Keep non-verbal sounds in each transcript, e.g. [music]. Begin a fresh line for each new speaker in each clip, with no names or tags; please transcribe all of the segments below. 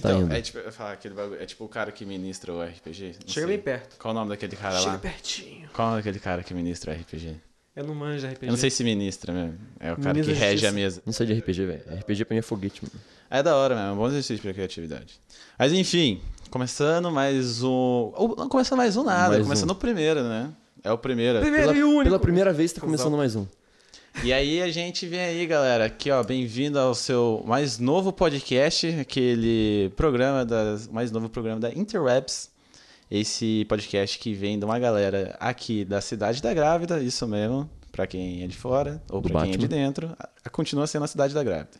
Tá
É tipo, eu falar aquele bagulho. É tipo o cara que ministra o RPG. não
Chega
sei.
bem perto.
Qual o nome daquele cara
Chega
lá?
pertinho.
Qual o nome daquele cara que ministra o RPG?
Eu não manjo RPG.
Eu não sei se ministra mesmo. É o cara
Ministra
que
da
rege
Justiça.
a mesa.
Não sou de RPG, velho. RPG pra mim é foguete, mano.
É da hora mesmo, é um bom exercício pra criatividade. Mas enfim, começando mais um. Ou, não, começando mais um nada,
Mais
começando
um.
o primeiro, né? É o primeiro.
Primeiro
Pela,
e único.
pela primeira vez tá começando
Cusão.
mais um.
E aí a gente vem aí, galera, aqui ó, bem-vindo ao seu mais novo podcast, aquele programa das mais novo programa da Interwebs. Esse podcast que vem de uma galera aqui da cidade da Grávida, isso mesmo, pra quem é de fora ou
Do
pra quem é de
Batman.
dentro, a- continua sendo a cidade da Grávida.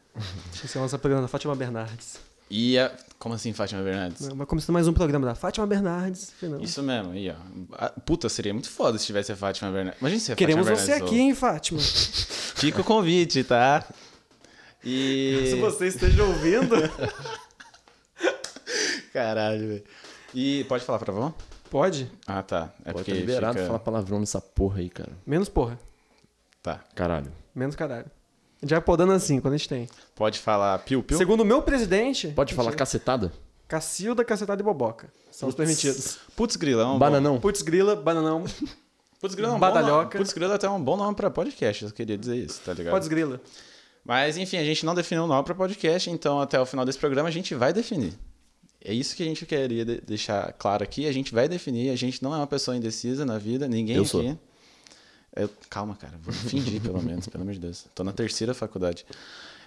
Esse é o nosso programa da Fátima Bernardes.
E a... como assim, Fátima Bernardes?
Não, Mas começando mais um programa da Fátima Bernardes. Não.
Isso mesmo, aí ó. A- Puta, seria muito foda se tivesse a Fátima Bernardes. Imagina se a
Queremos
Fátima
você
Bernardes
aqui, hein, Fátima? Se
ouve. Fica o convite, tá?
[laughs]
E
você esteja ouvindo,
Caralho, velho. E pode falar pra vó?
[laughs] pode.
Ah, tá. É
Pô,
porque
tá liberado
fica-
falar palavrão nessa porra aí, cara.
Menos porra.
Tá.
Caralho.
Menos caralho. A gente vai podando assim, quando a gente tem.
Pode falar piu-piu?
Segundo o meu presidente.
Pode falar
Mentira.
cacetada?
Cacilda, cacetada e boboca. São os permitidos.
Putz grilão.
Bananão.
Putz, grila, bananão,
Bom... Putz grilão.
Badalhoca.
Badalhoca. Putz grilo é até um bom nome pra podcast, eu queria dizer isso, tá ligado?
pode grila.
Mas, enfim, a gente não definiu o nome pra podcast, então até o final desse programa a gente vai definir. É isso que a gente queria de- deixar claro aqui. A gente vai definir, a gente não é uma pessoa indecisa na vida, ninguém
Eu
aqui.
sou.
Eu- calma, cara, vou fingir [laughs] pelo menos, pelo amor de Deus. Tô na terceira faculdade.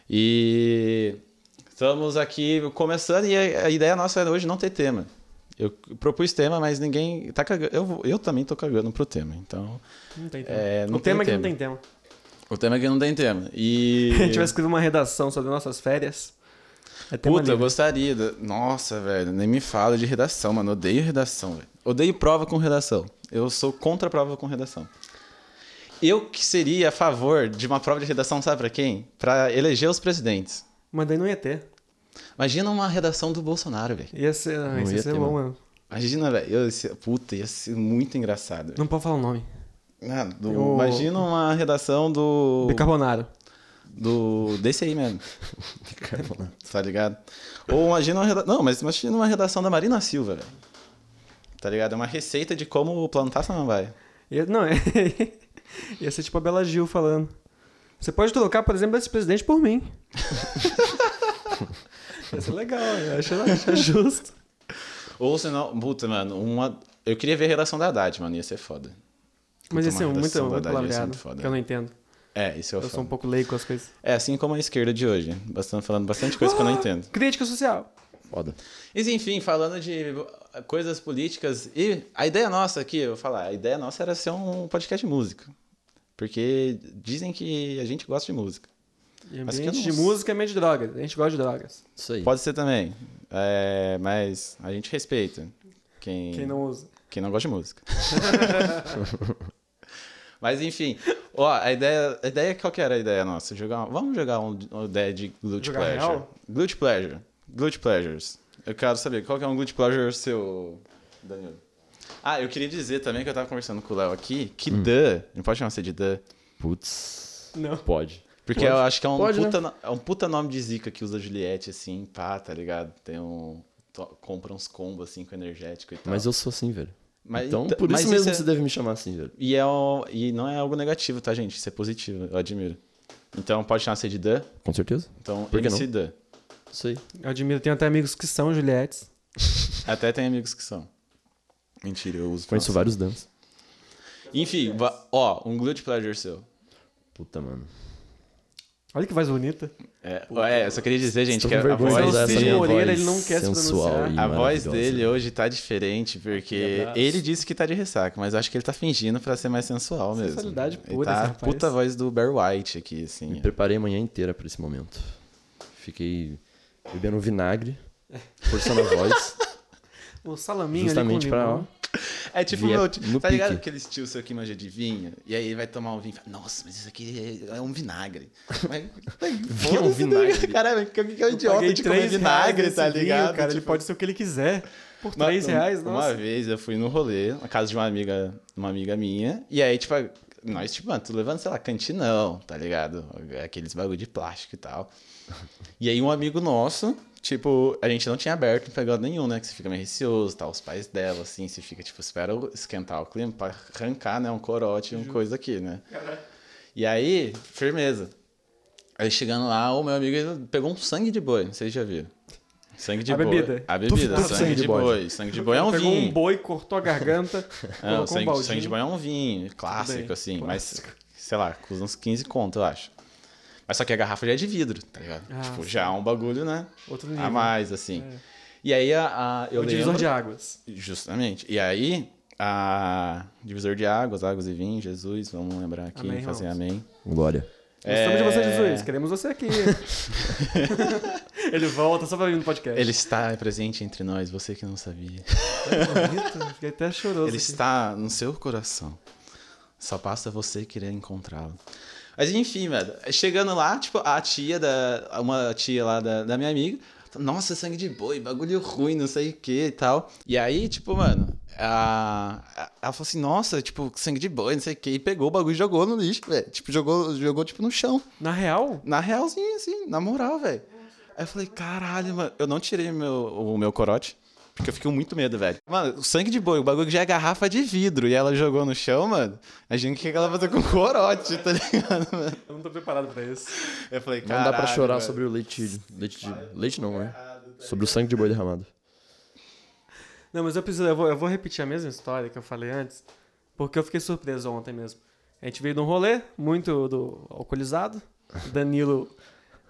E estamos aqui começando, e a, a ideia nossa era hoje não ter tema. Eu propus tema, mas ninguém. Tá cagando. Eu, vou- eu também tô cagando pro tema, então.
Não tem tema.
É, não
o
tem
tema é que
tema.
não tem tema.
O tema é que não tem tema. [laughs] E.
[laughs] A gente vai escrever uma redação sobre nossas férias. É tema
Puta, eu
livre.
gostaria. da- Nossa, velho, nem me fala de redação, mano. Odeio redação, velho. Odeio prova com redação. Eu sou contra a prova com redação. Eu que seria a favor de uma prova de redação, sabe pra quem? Pra eleger os presidentes.
Mas daí não ia ter.
Imagina uma redação do Bolsonaro, velho.
Ia ser, não,
Não
isso ia
ia
ser
ter,
bom,
mano.
mano.
Imagina, velho. eu- esse- Puta, ia ser muito engraçado. velho.
Não pode falar o nome.
Ah, do-
Eu-
Imagina uma redação do.
Bicarbonaro.
do desse aí
[laughs]
mesmo,
Caramba.
tá ligado? Ou imagina uma redação. Não, mas imagina uma redação da Marina Silva, velho. Tá ligado? É uma receita de como plantar samambaia.
Ia- não, [laughs] é. ia ser tipo a Bela Gil falando. Você pode trocar, por exemplo, esse presidente
[laughs]
por mim. ia ser legal, eu acho, eu acho justo.
Ou senão, puta, mano, uma. Eu queria ver a redação da Haddad, mano, ia ser foda.
Mas ia
uma
ser muito,
redação
muito
da Haddad ia ser
palavreado,
muito foda.
que eu não entendo.
É, isso é o
Eu
foda.
sou um pouco leigo com as coisas.
É, assim como a esquerda de hoje. Bastante, falando bastante coisa que
Ah!
eu não entendo.
Crítica social.
Foda.
Mas enfim, falando de coisas políticas e a ideia nossa aqui, eu vou falar, a ideia nossa era ser um podcast de música. Porque dizem que a gente gosta de música.
E
Mas que eu
ambiente de
não-
música é meio de drogas. A gente gosta de drogas.
Isso aí.
Pode ser também. É, mas a gente respeita quem,
Quem não usa.
quem não gosta de música. [laughs] mas enfim, ó, a ideia, a ideia qual que era a ideia nossa? Jogar, uma- vamos jogar um- uma ideia de glute
Jogar
pleasure.
real?
Glute pleasure. Glute pleasures. Eu quero saber qual que é um glute pleasure seu, Danilo. Ah, eu queria dizer também que eu tava conversando com o Léo aqui que Dan, não pode chamar você de Dan,
Putz.
Não.
Pode.
porque
Pode.
eu acho que é um,
Pode, né?
puta, no- é um puta nome de zica que usa Juliette, assim, pá, tá ligado? Tem um. to- compra uns combos assim com energético e tal.
Mas eu sou assim, velho.
Mas-
então,
então-
por
mas
isso mesmo
isso é-
você deve me chamar assim, velho.
E, é um- e não é algo negativo, tá, gente? Isso é positivo, eu admiro. Então pode chamar você de Dan.
Com certeza.
Então,
Por que
MC Dan.
Isso aí.
Eu admiro, tenho até amigos que são Julietes.
Até tem amigos que são. Mentira, eu uso.
Conheço
Nossa.
vários danos.
Enfim, va- ó, um glute pleasure seu.
Puta, mano.
Olha que voz bonita.
É, é, eu só queria dizer, gente,
Estou
que
com
a a
vergonha de
voz, é
usar essa
Cid
minha
Moreira,
voz
ele não quer se
sensual
pronunciar.
e
a voz
maravilhosa.
dele hoje tá diferente, porque
abraço.
ele disse que tá de ressaca, mas acho que ele tá fingindo pra ser mais sensual mesmo.
Sensualidade
Ele
pura,
tá
esse rapaz.
puta voz do Bear White aqui, assim.
Me preparei a manhã inteira pra esse momento. Fiquei bebendo vinagre, forçando a
[laughs]
voz,
O salaminho
justamente
ali com
pra...
limão.
ó,
É tipo
Via-
meu tio.
no
Tá ligado
pique.
aqueles tios seu que manja de vinho? E aí ele vai tomar um vinho e fala, nossa, mas isso aqui é um vinagre. Mas, né?
Vinho é um vinagre.
Caralho, que, que é um
Eu
idiota
paguei
de
três
comer vinagre,
reais
tá
nesse vinho,
ligado?
cara, ele
Tipo,
pode ser o que ele quiser. Por
uma-
3 reais,
uma
nossa.
vez eu fui no rolê, na casa de uma amiga, uma amiga minha, e aí, tipo, Nós, tipo, mano, tô levando, sei lá, cantinão, tá ligado? Aqueles bagulho de plástico e
[laughs]
tal. E aí um amigo nosso, tipo, a gente não tinha aberto pegado nenhum, né? Que você fica meio receoso, tá? Os pais dela, assim, você fica, tipo, espera o- esquentar o clima pra arrancar, né? Um corote, uma coisa aqui, né? E aí, firmeza. Aí chegando lá, o meu amigo ele pegou um sangue de boi, não sei se já viram. Sangue de
A
boi.
bebida.
A bebida,
Tuf, tuf,
sangue, de boi. Sangue de boi é um
Pegou
vinho.
um boi, cortou
[laughs]
a garganta,
Não,
colocou um
sangue,
baldinho.
sangue de boi é um vinho clássico,
bem,
assim.
clássico.
Mas, sei lá, custa uns 15 conto, eu acho. Mas só que a garrafa já é de vidro, tá ligado?
Ah,
tipo,
sim.
já é um bagulho, né?
Outro
A
nível.
mais, assim.
É.
E aí, a, a- eu
o divisor
lembro...
de águas.
Justamente. E aí, a... Divisor de águas, águas e vinho, Jesus, vamos lembrar aqui,
Amém,
fazer
irmãos.
amém.
Glória.
Gostamos de você,
É.
Jesus. Queremos você
[laughs]
aqui. Ele volta só pra vir no podcast.
Ele está presente entre nós, você que não sabia.
Tá Bonito, Fiquei até choroso.
Ele
aqui.
está no seu coração. Só basta você querer encontrá-lo. Mas enfim, velho. Chegando lá, tipo, a tia da. Uma tia lá da, da minha amiga. Nossa, sangue de boi, bagulho ruim, não sei o que e tal. E aí, tipo, mano. A, a- ela falou assim: Nossa, tipo, sangue de boi, não sei o que. E pegou o bagulho e jogou no lixo, velho. Tipo, jogou, jogou, tipo, no chão.
Na real,
Na realzinha, assim, na moral, velho. Aí eu falei, caralho, mano, eu não tirei meu, o meu corote. Porque eu fiquei com muito medo, velho. Mano, o sangue de boi, o bagulho que já é garrafa de vidro. E ela jogou no chão, mano. Imagina o que que ela vai fazer com o corote, tá ligado, mano?
eu não tô preparado pra isso.
Eu falei,
Não
caralho.
dá pra chorar
mano.
sobre o leite. Leite de. Leite não, né? Sobre o sangue de boi derramado.
Não, mas eu preciso, eu vou, eu vou repetir a mesma história que eu falei antes, porque eu fiquei surpreso ontem mesmo. A gente veio de um rolê, muito do alcoolizado, Danilo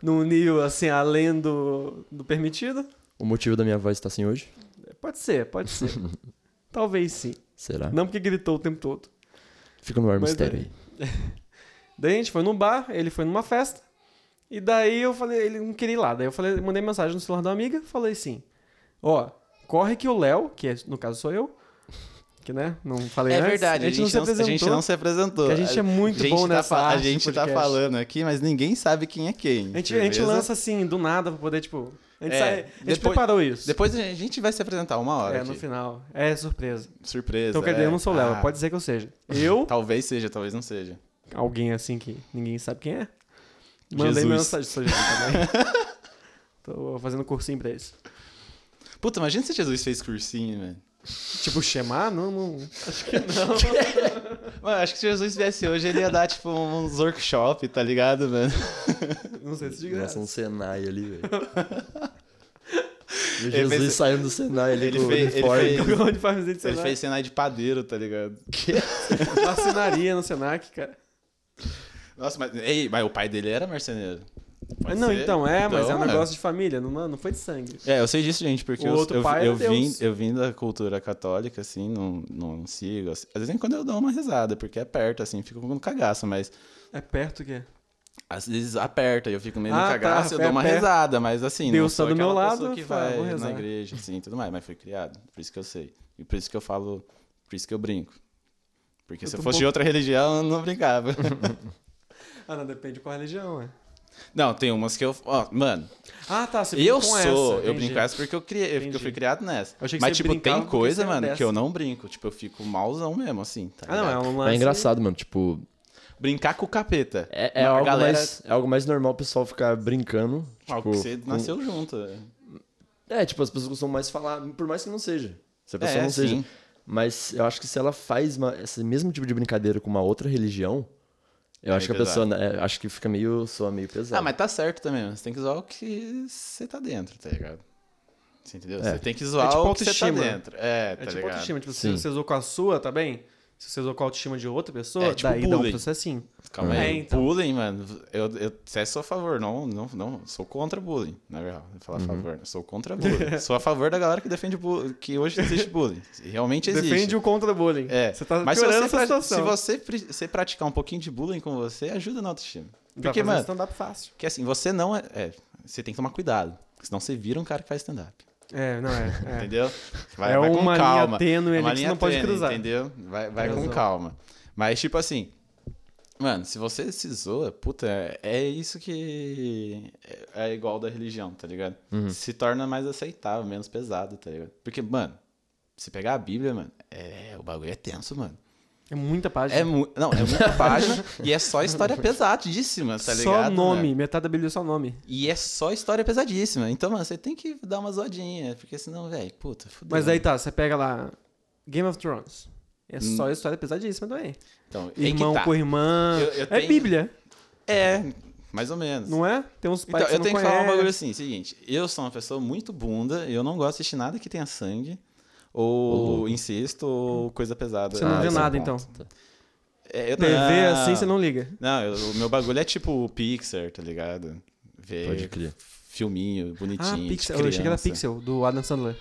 num nível, assim, além do, do permitido.
O motivo da minha voz estar assim hoje?
Pode ser, pode ser. Talvez sim.
Será?
Não porque gritou o tempo todo.
Fica no ar
Mas
mistério
é.
aí.
Daí a gente foi num bar, ele foi numa festa. E daí eu falei, ele não queria ir lá. Daí eu falei, mandei mensagem no celular da amiga, falei assim: "Ó, corre que o Léo, que é- no caso sou eu, que né, não falei
É
antes,
verdade, a gente, não, a gente não se apresentou.
que a gente é muito
gente
bom
tá
nessa
fa- A
arte de
gente tá
podcast.
falando aqui, mas ninguém sabe quem é quem.
A gente, a gente
beleza?
lança assim do nada pra poder tipo, a gente,
É,
sai- a gente
depois-
preparou isso.
Depois a gente vai se apresentar uma hora.
é, no
aqui.
final. É surpresa.
Surpresa.
Então, quer dizer,
é. Tá.
eu não sou o Léo,
Ah,
pode ser que eu seja. Eu,
Talvez seja, talvez não seja.
alguém assim que ninguém sabe quem é, mandei
Jesus.
mensagem. Sou Jesus também. [laughs] Tô fazendo cursinho pra isso.
Puta, imagina se Jesus fez cursinho, velho.
Tipo, chamar? Não, não. Acho que não.
Mano, acho que se Jesus viesse hoje, ele ia dar, tipo, uns workshop, tá ligado, mano?
Não sei se de
Nossa,
graça. [laughs]
um Senai ali,
[laughs]
velho. E o
Ele
Jesus
fez-
saindo do Senai ali
Ele
com o
fez- ele
uniforme.
fez- um
Jogou de farm de
Ele
Senac.
fez Senai de padeiro, tá ligado?
Vacinaria no Senac, cara.
Nossa, mas, ei, mas o pai dele era marceneiro. Pode
não,
ser?
então, é, mas é um
Então,
negócio de família, não, não foi de sangue.
É, eu sei disso, gente, porque
O
eu,
outro
eu,
pai
eu
é
vim,
Deus.
eu vim da cultura católica, assim, não, não sigo. assim. Às vezes em quando eu dou uma rezada, porque aperta, assim, fico com um cagaço, mas
É perto que é.
às vezes aperta e eu fico meio no
Ah, tá,
cagaço eu
é
dou uma
pé.
rezada, mas assim,
Deus
não sou
tá do meu
aquela
lado,
pessoa que
eu falo,
vai
vou
na
rezar.
igreja, assim, e tudo mais, mas fui criado, por isso que eu sei. E por isso que eu falo, por isso que eu brinco. Porque
Eu
se eu
tô um
fosse de
pouco-
outra religião, eu não brincava.
[laughs] Ah, não, depende de qual religião, é.
não, tem umas que eu, ó, mano,
Ah, tá, você
eu
brinca com
sou,
essa,
eu
entendi.
brinco essa porque eu criei, porque eu
Entendi.
fui criado nessa.
Eu achei que
mas
você
tipo,
brincava
tem
porque você
coisa,
era
mano, que
dessa.
eu não brinco, tipo, eu fico mauzão mesmo assim, tá
Ah, não, é
ligado?
um
Mas
lance...
é engraçado, mano. Tipo,
Brincar com o capeta.
é, é
Mas a
algo
galera-
mais, é algo mais normal o pessoal ficar brincando.
Ah,
Tipo,
você
com-
nasceu junto. é.
É, tipo, as pessoas costumam mais falar, por mais que não seja. Se a pessoa
É,
não seja.
sim.
Mas eu acho que se ela faz uma- esse mesmo tipo de brincadeira com uma outra religião, eu
É
acho que a
pesado.
pessoa. né, acho que fica meio. soa meio pesado.
Ah, mas tá certo também, mano. Você tem que zoar o que você tá dentro, tá ligado? Você entendeu? Você tem que zoar
É tipo
o que você tá
autoestima.
dentro. É, tá
É tipo
ligado?
autoestima, tipo, se
Sim.
você usou com a sua, tá bem? Se você usou com a autoestima de outra pessoa,
É tipo
daí dá um
bullying.
processinho.
Calma
É,
aí.
então.
Bullying, mano. Eu, eu até sou a favor. Não, não, não. Sou contra bullying, na real. Eu
Uhum.
falar a favor. né? Sou
[laughs]
contra bullying. sou a favor da galera que defende bullying. Que hoje existe bullying. Realmente existe.
Depende o contra-bullying.
É.
Você tá
Mas se
piorando
você,
essa
pra-
situação.
se você pri- se praticar um pouquinho de bullying com você, ajuda na autoestima.
Dá pra
Porque,
fazer
mano,
stand-up fácil.
que assim, você não é, é. Você tem que tomar cuidado. Senão você vira um cara que faz stand-up.
É, não, é. é.
Entendeu?
É uma linha
É tênue
tênue ali que você não pode cruzar.
Entendeu? Vai, vai
Tem
com
razão.
calma. Mas, tipo assim. Mano, se você se zoa, puta, é isso que é é igual da religião, tá ligado?
Uhum.
Se torna mais aceitável, menos pesado, tá ligado? Porque, mano, se pegar a Bíblia, mano, é, o bagulho é tenso, mano.
É muita página.
É mu- Não, é muita página e é só história pesadíssima, tá ligado?
só
né?
nome, metade da Bíblia é só nome.
E é só história pesadíssima. Então, mano, você tem que dar uma zoadinha, porque senão, velho, puta, fudeu.
Mas aí tá, você pega lá Game of Thrones. É só história pesadíssima também.
Então, aí
Irmão
Hum. que tá.
com irmã.
Eu- eu
é
tenho-
Bíblia,
É, mais ou menos.
não é? Tem uns pais
Então,
que você
eu
não
tenho que falar um
conhece.
bagulho assim, seguinte. Eu sou uma pessoa muito bunda, eu não gosto de assistir nada que tenha sangue, ou
Uhum.
incesto, ou coisa pesada.
Você não
Ah,
vê
esse é o
nada,
ponto.
então.
É, eu-
TV
não.
assim, você não liga.
Não, eu- o meu bagulho é tipo Pixar, tá ligado? Ver
Pode crer.
filminho, bonitinho.
Ah,
de
Pixel. Eu achei que era
criança.
Pixel, do Adam Sandler.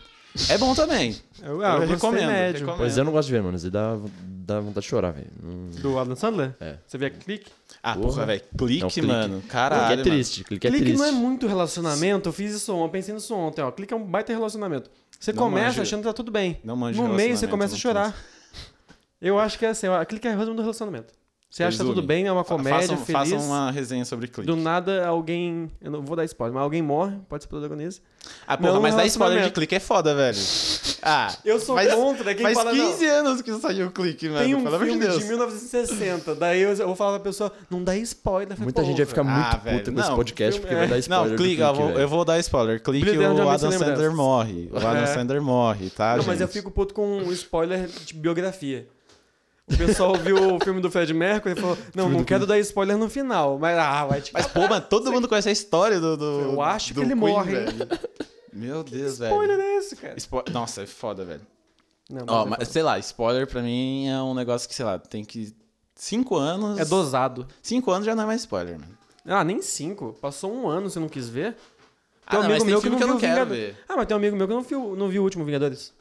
É bom também.
Eu,
eu
gostei
recomendo,
médio.
recomendo.
Mas eu não gosto de ver, mano. Isso aí dá, dá vontade de chorar, velho. Não-
Do Adam Sandler?
É.
Você vê clique?
Ah,
Porra.
porra, velho.
Não,
Clique,
clique.
mano.
clique
Caralho.
é triste, clique é
clique
triste.
não é muito relacionamento. Eu fiz isso ontem, pensei nisso ontem, ó. Clique é um baita relacionamento. Você
Não
começa
manjo-
achando que tá tudo bem.
não manjo
no meio você
relacionamento,
começa a
não
chorar. Eu acho que é assim, ó, clique é resumo do relacionamento. Você acha que tá
Resume.
tudo bem, é uma
Fa-
comédia,
façam,
feliz.
façam uma resenha sobre clique.
Do nada alguém. Eu não vou dar spoiler, mas alguém morre, pode ser protagonista.
Ah, porra,
Não,
mas dar
relacionamento.
spoiler de clique é foda, velho. Ah,
Eu sou
faz,
contra [laughs] quem
faz
fala, não.
15 anos que saiu o clique, mano.
Tem um
pelo amor
filme
de Deus.
de 1960. Daí eu, eu vou falar pra pessoa, não dá spoiler. Eu falei,
Muita gente
"Porra,
vai ficar muito
Ah,
puta
velho,
com esse
não.
podcast, porque
Filme-
vai dar
é.
spoiler.
Não,
do
clique, eu, vou,
velho.
eu vou dar spoiler. Clique,
Brilhante
o
Amigo,
Adam
você lembra
Sandler
dessas?
morre. O Adam
É.
Sandler morre, tá,
Não,
gente?
mas eu fico puto com um spoiler de biografia. O pessoal viu o filme do Fred Mercury e falou: Não, não quero dar spoiler no final. Mas, ah, vai te
Mas, pô, mano, todo mundo conhece a história do... do-
Eu acho
do
que ele
Queen,
morre, hein?
velho. Meu Deus,
Que spoiler
velho.
é esse, cara?
Spo- Nossa, é foda, velho.
Não,
Ó,
é
mas, sei lá, spoiler pra mim é um negócio que, sei lá, tem que... Cinco anos...
foda. É dosado.
Cinco anos já não é mais spoiler, mano.
Ah, nem cinco. Passou um ano, você não quis ver? um
Ah, não, mas tem filme que eu não
viu
quero
Vingadores.
ver.
Ah, mas tem um amigo meu que não viu, não viu o último Vingadores.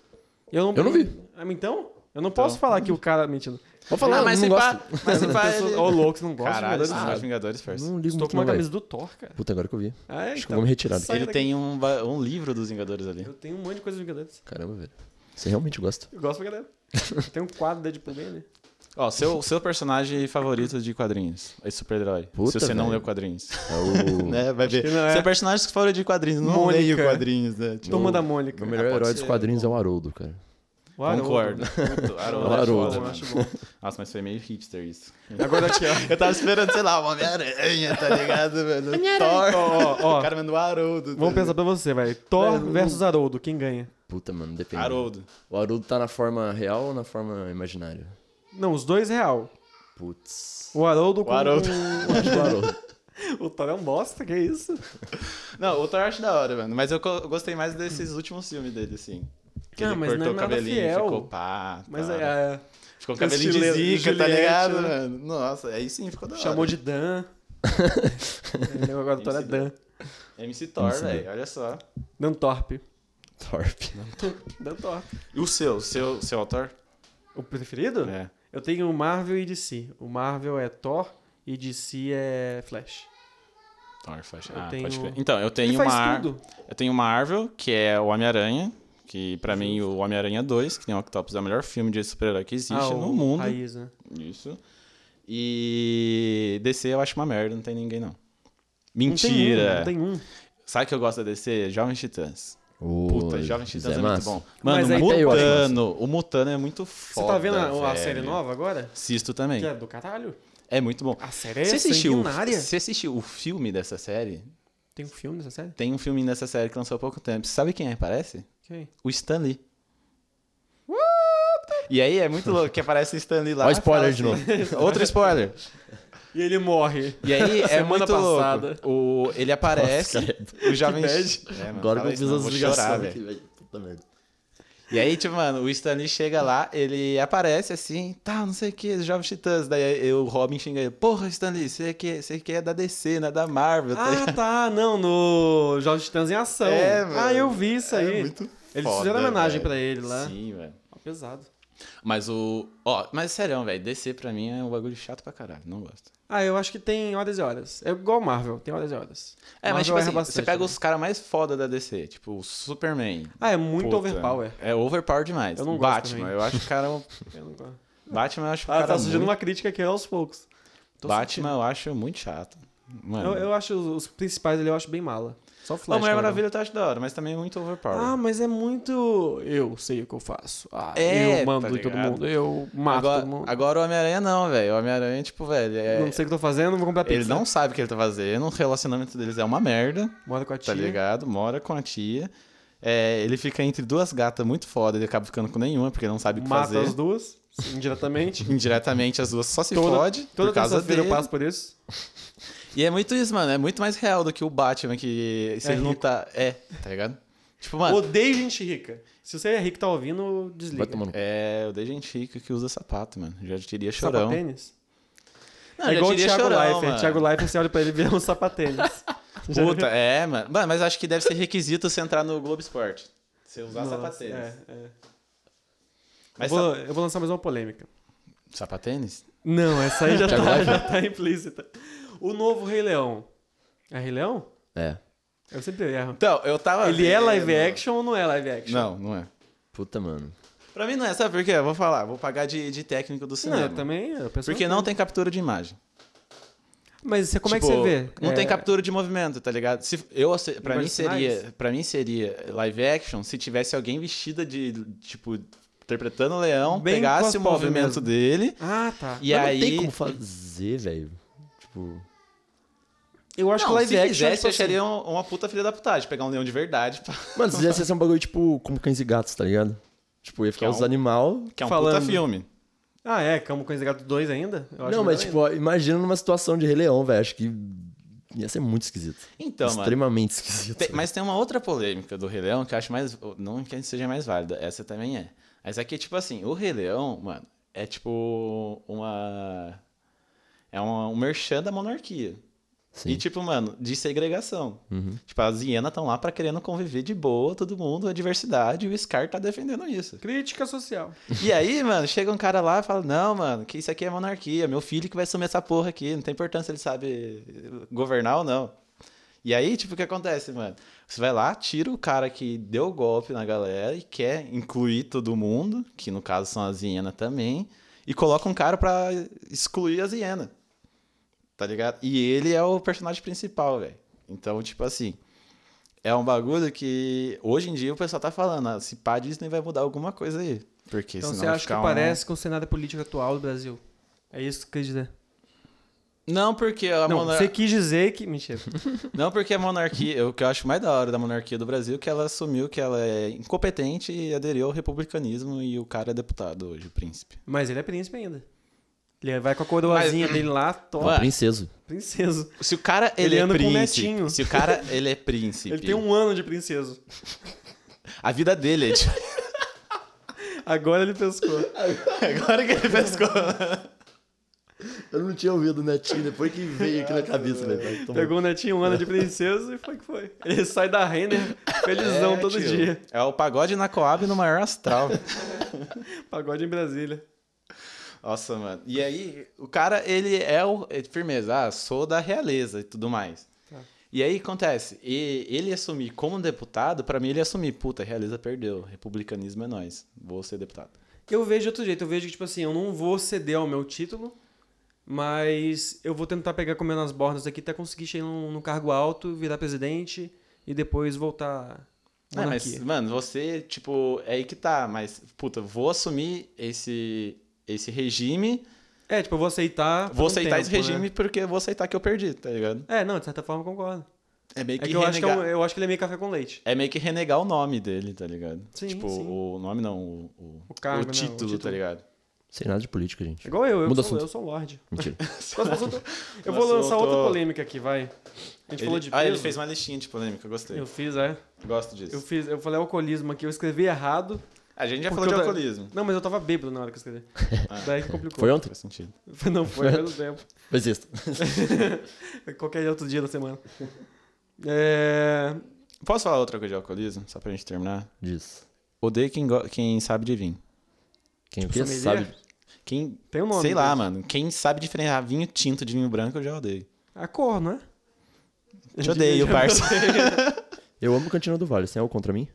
Eu não,
Eu não vi.
Ah, mas então? Eu não posso falar que o cara. Mentindo.
Vou falar,
Ah, mas
eu
sem
não
pá...
gosto.
Mas sem
[laughs]
pá...
Ô,
ele-
louco, você não gosta
Caralho,
de
você não gosta
Vingadores?
de Vingadores, parça.
Não ligo
Estou
muito
com uma
não, velho.
camisa do Thor, cara.
Puta, agora que eu vi.
Ah,
Acho que
então.
eu vou me retirar daqui.
Sai
Ele
daqui.
tem um, ba- um livro dos Vingadores ali.
Eu tenho um monte de coisa de Vingadores.
Caramba, velho. Você realmente gosta.
Eu gosto pra
[laughs]
galera. Tem um quadro da Deadpool bem ali.
Ó, seu, seu personagem favorito de quadrinhos. Esse super-herói. Se
Puta,
você não
velho.
leu quadrinhos.
É o
[laughs] né? Vai ver.
que não é.
Seu personagem fora de quadrinhos, não
Mônica.
leio quadrinhos, né? Tipo,
Turma
Meu-
da Mônica.
meu melhor
Ah, pode
herói
ser,
dos quadrinhos é o Haroldo, cara.
O Haroldo.
Concordo. Puta, Haroldo. é
O Haroldo.
foda,
Eu
mano.
acho bom.
Nossa, mas foi meio hipster isso.
Agora aqui, ó.
Eu tava esperando, sei lá, o Homem-Aranha, tá ligado, velho? Thor.
Ó, ó, ó.
O cara mandou Haroldo. tá
Vamos
ligado?
pensar pra você, vai. Thor versus Haroldo, quem ganha?
Puta, mano, depende.
Haroldo.
O Haroldo tá na forma real ou na forma imaginária?
Não, os dois é real.
Putz. [laughs]
O Haroldo com...
Haroldo.
Acho que o Haroldo.
[laughs] o Thor é um bosta, que isso?
Não, o Thor eu acho da hora, mano. Mas eu co- eu gostei mais desses últimos filmes dele, assim. Que
Ah,
ele
mas não é
cortou o
nada
cabelinho,
fiel.
ficou pá.
Mas
tá.
é,
Ficou um cabelinho de
Estilo-
zica, tá
Juliette,
ligado,
né?
mano? Nossa, aí sim ficou da hora.
é, chamou de
[laughs]
Dan. Entendeu? Agora o Thor é Dan.
MC Thor,
MC.
velho, olha só.
Dan Torpe.
Torpe.
Dan Torpe.
E o seu? Seu, seu autor?
O preferido?
É.
Eu tenho o Marvel e DC. O Marvel é Thor e DC é Flash.
Thor faz.
Eu
Ah,
tenho-
pode crer. Então, eu tenho
Ele
uma.
faz
ar-
tudo.
Eu tenho Marvel, que é o Homem-Aranha. Que pra mim o Homem-Aranha 2, que tem o Octopus, é o melhor filme de super-herói que existe
Ah,
no
o
mundo.
Raiz, né?
Isso. E DC eu acho uma merda, não tem ninguém não.
Não tem um,
Mentira!
Não tem um.
Sabe o que eu gosto da DC? Jovens Titãs.
O
Puta, Jovens Titãs é, muito bom.
Mas
Mano,
aí
o
tem o
Mutano, o Mutano é muito
Você
foda.
tá vendo a, a
velho.
série nova agora?
Assisto também.
Que é do caralho.
É muito bom.
A série é
Você assistiu,
sanguinária.
você assistiu o filme dessa série?
Tem um filme dessa série?
Tem um filme dessa série que lançou há pouco tempo. Sabe quem é? Parece?
Ok.
O Stan Lee. E aí é muito louco que aparece o Stan Lee lá.
Ó, spoiler
fala assim- [laughs] Outro spoiler.
E ele morre.
E aí [laughs] é
Semana
muito
passada.
louco. O, ele aparece,
Nossa,
o jovem... É, mano,
Agora que
fala
eu
isso,
fiz
não,
as
vou chorar,
ligações
velho.
aqui, velho. Puta merda.
E aí, tipo, mano, o Stan Lee chega lá, ele aparece assim, tá, não sei o que, os Jovens Titãs. Daí aí o Robin xinga ele, porra, Stan Lee, você que, você que é da DC, não é da Marvel. tá
Ah,
[laughs] ligado?
tá. Não, no Jogos Titãs em Ação.
É, mano.
Ah, eu vi isso aí.
É muito
Eles
foda,
fizeram homenagem
velho.
pra ele lá.
Sim, velho.
Ó, pesado.
Mas o... Ó, mas sério, velho, DC pra mim é um bagulho chato pra caralho, não gosto.
Ah, eu acho que tem horas e horas. É igual Marvel, tem horas e horas.
É, mas
Marvel
tipo
erra
assim,
bastante
você pega
também.
os caras mais foda da DC, tipo o Superman.
Ah, é muito
Puta,
overpower.
É overpower demais.
Eu não gosto
Batman,
também.
eu acho que o cara... um-
[laughs] Eu não gosto.
Batman eu acho que o
Ah,
cara
tá Ah, surgindo
muito...
uma crítica aqui aos poucos. Tô
Batman eu acho muito chato.
sentindo.
Mano,
Eu, eu acho os, os principais ali, eu acho bem mala.
Ah,
Só
A
Flash.
Mulher
cara.
Maravilha eu acho da hora, mas também é muito overpowered.
Ah, mas é muito. Eu sei o que eu faço. Ah,
É,
eu
tá
mando em todo
ligado?
mundo. Eu mato
agora,
todo mundo.
agora o Homem-Aranha não, velho. O Homem-Aranha, tipo, velho, é-
não sei o que eu tô fazendo, vou comprar pizza.
ele não sabe o que ele tá fazendo, o relacionamento deles é uma merda,
Mora com a
tá
tia.
ligado? Mora com a tia. É, ele fica entre duas gatas muito foda, ele acaba ficando com nenhuma, porque não sabe o que
mata
fazer.
as duas, [laughs] indiretamente.
[laughs] Indiretamente as duas só se
Toda-
fode
Toda
por causa
terça-feira
dele.
eu passo por isso.
E é muito isso, mano. É muito mais real do que o Batman, que se
É
ele não
rico.
tá. É, tá ligado? Tipo, mano.
Odeio gente rica. Se você é rico e tá ouvindo, desliga.
Vai tomar no cu.
É, eu dei gente rica que usa sapato, mano. Já diria chorão.
sapatênis?
Não,
é
já
igual o
diria
Thiago
chorão,
Leifert.
mano.
Thiago Leifert, você olha pra ele e vira
[laughs]
um sapatênis. Já-
Puta, é, mano. Mano, mas acho que deve ser requisito você entrar no Globo Esporte. Você usar
Nossa,
sapatênis.
é, é.
Mas
eu, vou, eu vou lançar mais uma polêmica.
sa- sapatênis?
Não, essa [laughs] aí já,
Thiago
tá,
Leifert.
já tá implícita. O novo Rei Leão. É Rei Leão?
É.
Eu sempre erro.
Então, eu tava.
Ele é
vendo-
live action ou não é live action?
Não, não é.
Puta, mano.
Pra mim não é, sabe por quê? Eu vou falar, vou pagar de, de técnico do
Não,
cinema.
eu também. Eu penso
Porque não tem captura de imagem.
Mas você- como é
Tipo,
que você vê?
Não
É,
tem captura de movimento, tá ligado? Se, eu, se- pra,
Não
mim
faz sinais?
seria, pra mim seria live action se tivesse alguém vestida de, tipo, interpretando o leão,
Bem
pegasse o
cosplay
movimento
mesmo.
dele.
Ah, tá.
E
Mas
aí.
Não tem como fazer, velho. Tipo.
Eu acho
Não,
que live
se
action.
fizesse,
tipo
eu
assim,
acharia um- uma puta filha da putagem, pegar um leão de verdade, [laughs] pá,
Mano, se fizesse ser um bagulho, tipo, como cães e gatos, tá ligado? Tipo, ia
Que
ficar
é
os
um-
animal.
que é um puta
Falando.
filme.
Ah, é? Cama com esse gato 2 ainda? Eu acho
Não, mas,
melhor
é
tipo, ó, imagina numa situação de Rei Leão, velho. Acho que ia ser muito esquisito.
Então, mano.
Extremamente esquisito.
Tem- mas tem uma outra polêmica do Rei Leão que eu acho mais. Não que seja mais válida, essa também é. Mas é que, tipo assim, o Rei Leão, mano, é tipo uma. É uma, um merchan da monarquia.
Sim.
E, tipo, mano, de segregação.
Uhum.
Tipo, as hienas estão lá pra querendo conviver de boa, todo mundo, a diversidade, e o Scar tá defendendo isso.
Crítica social.
E aí, [laughs] mano, chega um cara lá e fala: Não, mano, que isso aqui é monarquia, meu filho que vai assumir essa porra aqui, não tem importância se ele sabe governar ou não. E aí, tipo, o que acontece, mano? Você vai lá, tira o cara que deu o golpe na galera e quer incluir todo mundo, que no caso são as hienas também, e coloca um cara pra excluir as hienas. Tá ligado? E ele é o personagem principal, velho. Então, tipo assim, é um bagulho que hoje em dia o pessoal tá falando, ah, se pá, Disney vai mudar alguma coisa aí. Porque
Então
senão
você
vai
acha que
ficar um-
parece com o cenário político atual do Brasil? É isso que você quis dizer?
Não, porque a
não,
monar-
você quis dizer que... Mentira. [laughs]
Não, porque a monarquia, o que eu acho mais da hora da monarquia do Brasil, é que ela assumiu que ela é incompetente e aderiu ao republicanismo e o cara é deputado hoje, o príncipe.
Mas ele é príncipe ainda. Ele vai com a coroazinha dele lá, top.
Ué,
Princeso.
Princeso.
Se o cara
Ele
ele, é
anda com um
príncipe,
netinho.
se o cara ele é [laughs] príncipe,
Ele tem um ano de princeso.
a vida dele [laughs] é de...
Agora ele pescou.
agora que ele pescou.
Eu não tinha ouvido o Netinho depois que veio aqui na cabeça, né? velho.
Pegou o netinho, um ano de princeso e foi que foi. Ele sai da renda felizão
É,
todo
tio.
dia.
É o pagode na Coab no maior [laughs] astral.
Pagode em Brasília.
Nossa, mano. E aí, o cara, ele é o. é firmeza, ah, sou da realeza e tudo mais.
Tá.
E aí acontece, e ele assumir como deputado, pra mim ele assumir, puta, a realeza perdeu, republicanismo é nós, vou ser deputado.
Eu vejo de outro jeito. Eu vejo que, tipo assim, eu não vou ceder ao meu título, mas eu vou tentar pegar comendo as bordas aqui até conseguir chegar num, num cargo alto, virar presidente e depois voltar à
É, mas,
monarquia.
mano, você, tipo, é aí que tá, mas, puta, vou assumir esse, esse regime,
É, tipo, eu vou aceitar. por
vou
um
aceitar esse
tempo,
regime porque eu vou aceitar que eu perdi, tá ligado?
né? É, não, de certa forma eu concordo.
É meio
É
que,
que, eu, acho que é
renegar-
um- eu acho que ele é meio café com leite.
É meio que renegar o nome dele, tá ligado?
Sim,
tipo,
sim.
o nome não, o, o,
O cargo,
o
né, o
título, tá
título.
ligado?
Sem nada de política, gente.
Igual eu, eu
Muda
sou,
assunto.
eu sou um Lorde.
Mentira.
Próximo assunto. Eu vou
Nossa,
lançar outra
voltou.
polêmica aqui, vai. A gente falou de peso.
Ah, ele fez uma listinha de polêmica, eu gostei.
Eu fiz, é.
Gosto disso.
Eu fiz, eu falei alcoolismo aqui, eu escrevi errado.
A gente já
Porque
falou de
eu ta-
alcoolismo.
Não, mas eu tava bêbado na hora que
[laughs]
eu escrevi.
Ah.
Daí que complicou.
Foi ontem?
Faz sentido.
[laughs] Não foi ao mesmo tempo.
Foi um- sexta.
Qualquer outro dia da semana. É...
Posso falar outra coisa de alcoolismo? Só pra gente terminar?
Diz.
Odeio quem, go- quem sabe de vinho.
Quem o quê?
Sommelier?
sabe?
Quem.
Tem um nome.
sei lá,
disso.
mano. Quem sabe diferenciar vinho tinto de vinho branco, eu já odeio.
A cor, não é?
Te
[laughs]
odeio, parça. [laughs]
Eu amo Cantina do Vale. Você tem algo contra mim?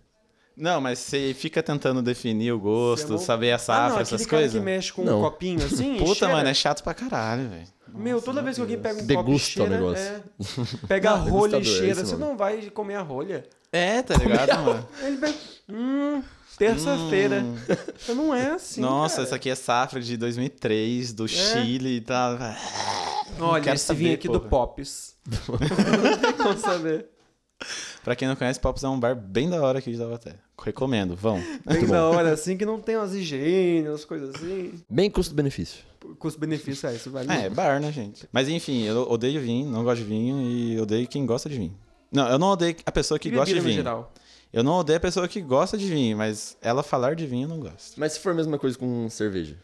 Não, mas você fica tentando definir o
Você é
gosto,
bom.
saber a
Ah,
safra,
não, aquele
essas
cara
coisas.
que mexe com um
Não.
copinho assim. e
Puta,
cheira.
mano, é chato pra caralho, velho.
Meu, toda
meu
vez que alguém
Deus.
pega um copo e
Degusta o
cheira,
negócio.
é, pega a rolha e
[laughs] Degustador, é
cheira,
esse
você
nome.
não vai comer a rolha.
É, tá ligado, mano?
Ele pega, hum, terça-feira. [laughs] Não é assim,
Hum. Nossa,
cara. É.
essa aqui é safra de 2003, do Chile e tal.
Olha,
quero
esse
saber,
vinho aqui do
porra.
Pops.
[laughs]
não tem como saber.
Pra quem não conhece, Pops é um bar bem da hora aqui de Taubaté. Recomendo, vão.
Bem da hora, assim, que não tem umas higiene, umas coisas assim.
Bem custo-benefício.
Custo-benefício, é, isso vale.
É, bar, né, gente? Mas enfim, eu odeio vinho, não gosto de vinho e odeio quem gosta de vinho. Não, eu não odeio a pessoa que
Bebida
gosta de
no
vinho.
geral.
Eu não odeio a pessoa que gosta de vinho, mas ela falar de vinho eu não gosto.
Mas se for a mesma coisa com cerveja.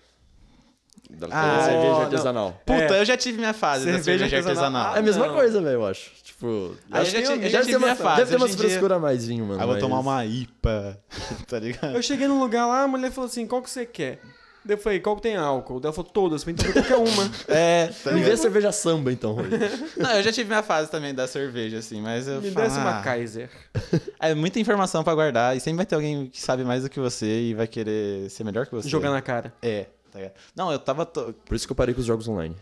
Dá pra
Ah,
fazer
não.
cerveja artesanal.
Puta,
É.
eu já tive minha fase da
Cerveja
cerveja
artesanal.
artesanal.
É a mesma
não.
coisa, velho, eu acho. Tipo,
Aí
acho
eu já
que
ti-
tem-
eu já
deve
tive
ter
minha
umas,
fase,
deve ter
hoje
umas
em dia-
frescura a mais vinho, mano.
Ah, vou
mas-
tomar uma IPA, [laughs] tá ligado?
Eu cheguei num lugar lá, a mulher falou assim, qual que você quer? Daí eu falei, qual que tem álcool? Daí ela falou, todas. Eu falei, então qualquer uma.
É, tá
Me vê
ligado?
cerveja samba, então. Rony.
Não, eu já tive minha fase também da cerveja, assim, mas [laughs] eu
Me
falo,
desce uma
ah,
Kaiser.
É muita informação pra guardar e sempre vai ter alguém que sabe mais do que você e vai querer ser melhor que você.
Jogar na cara.
É, tá ligado? Não, eu tava... To...
[laughs] Por isso que eu parei com os jogos online.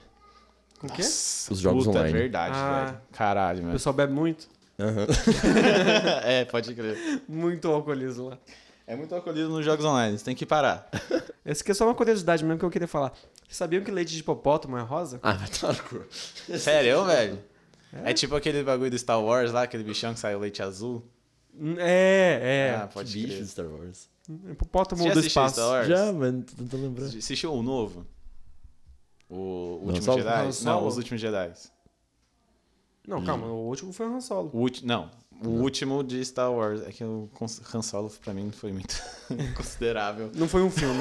Com o quê?
Nossa,
Os jogos
puta,
online.
é verdade,
Ah.
velho. Caralho,
O
mano.
pessoal bebe muito. [laughs]
Aham.
[laughs] é, pode crer.
Muito alcoolismo lá.
É muito alcoolismo nos jogos online, você tem que parar.
Essa aqui é só uma curiosidade mesmo que eu queria falar. Vocês sabiam que leite de hipopótamo é rosa?
Ah, vai tomar no cu.
Sério, velho? É. tipo aquele bagulho do Star Wars lá, aquele bichão que sai o leite azul.
É, é.
ah,
Que
pode
bicho de
crer.
Star Wars.
Hipopótamo
Você já
do
assistiu
espaço.
Star Wars?
Já, mano, tô tentando lembrar.
Você Assistiu o novo? O
Não,
Último
só-
Jedi?
não,
Não,
só o-
Os Últimos Jedi.
Não, calma,
Hum.
o último foi o Han Solo.
O ulti... Não, o último de Star Wars. É que o Cons- Han Solo pra mim não foi muito [laughs] considerável.
Não foi
[laughs]
um filme.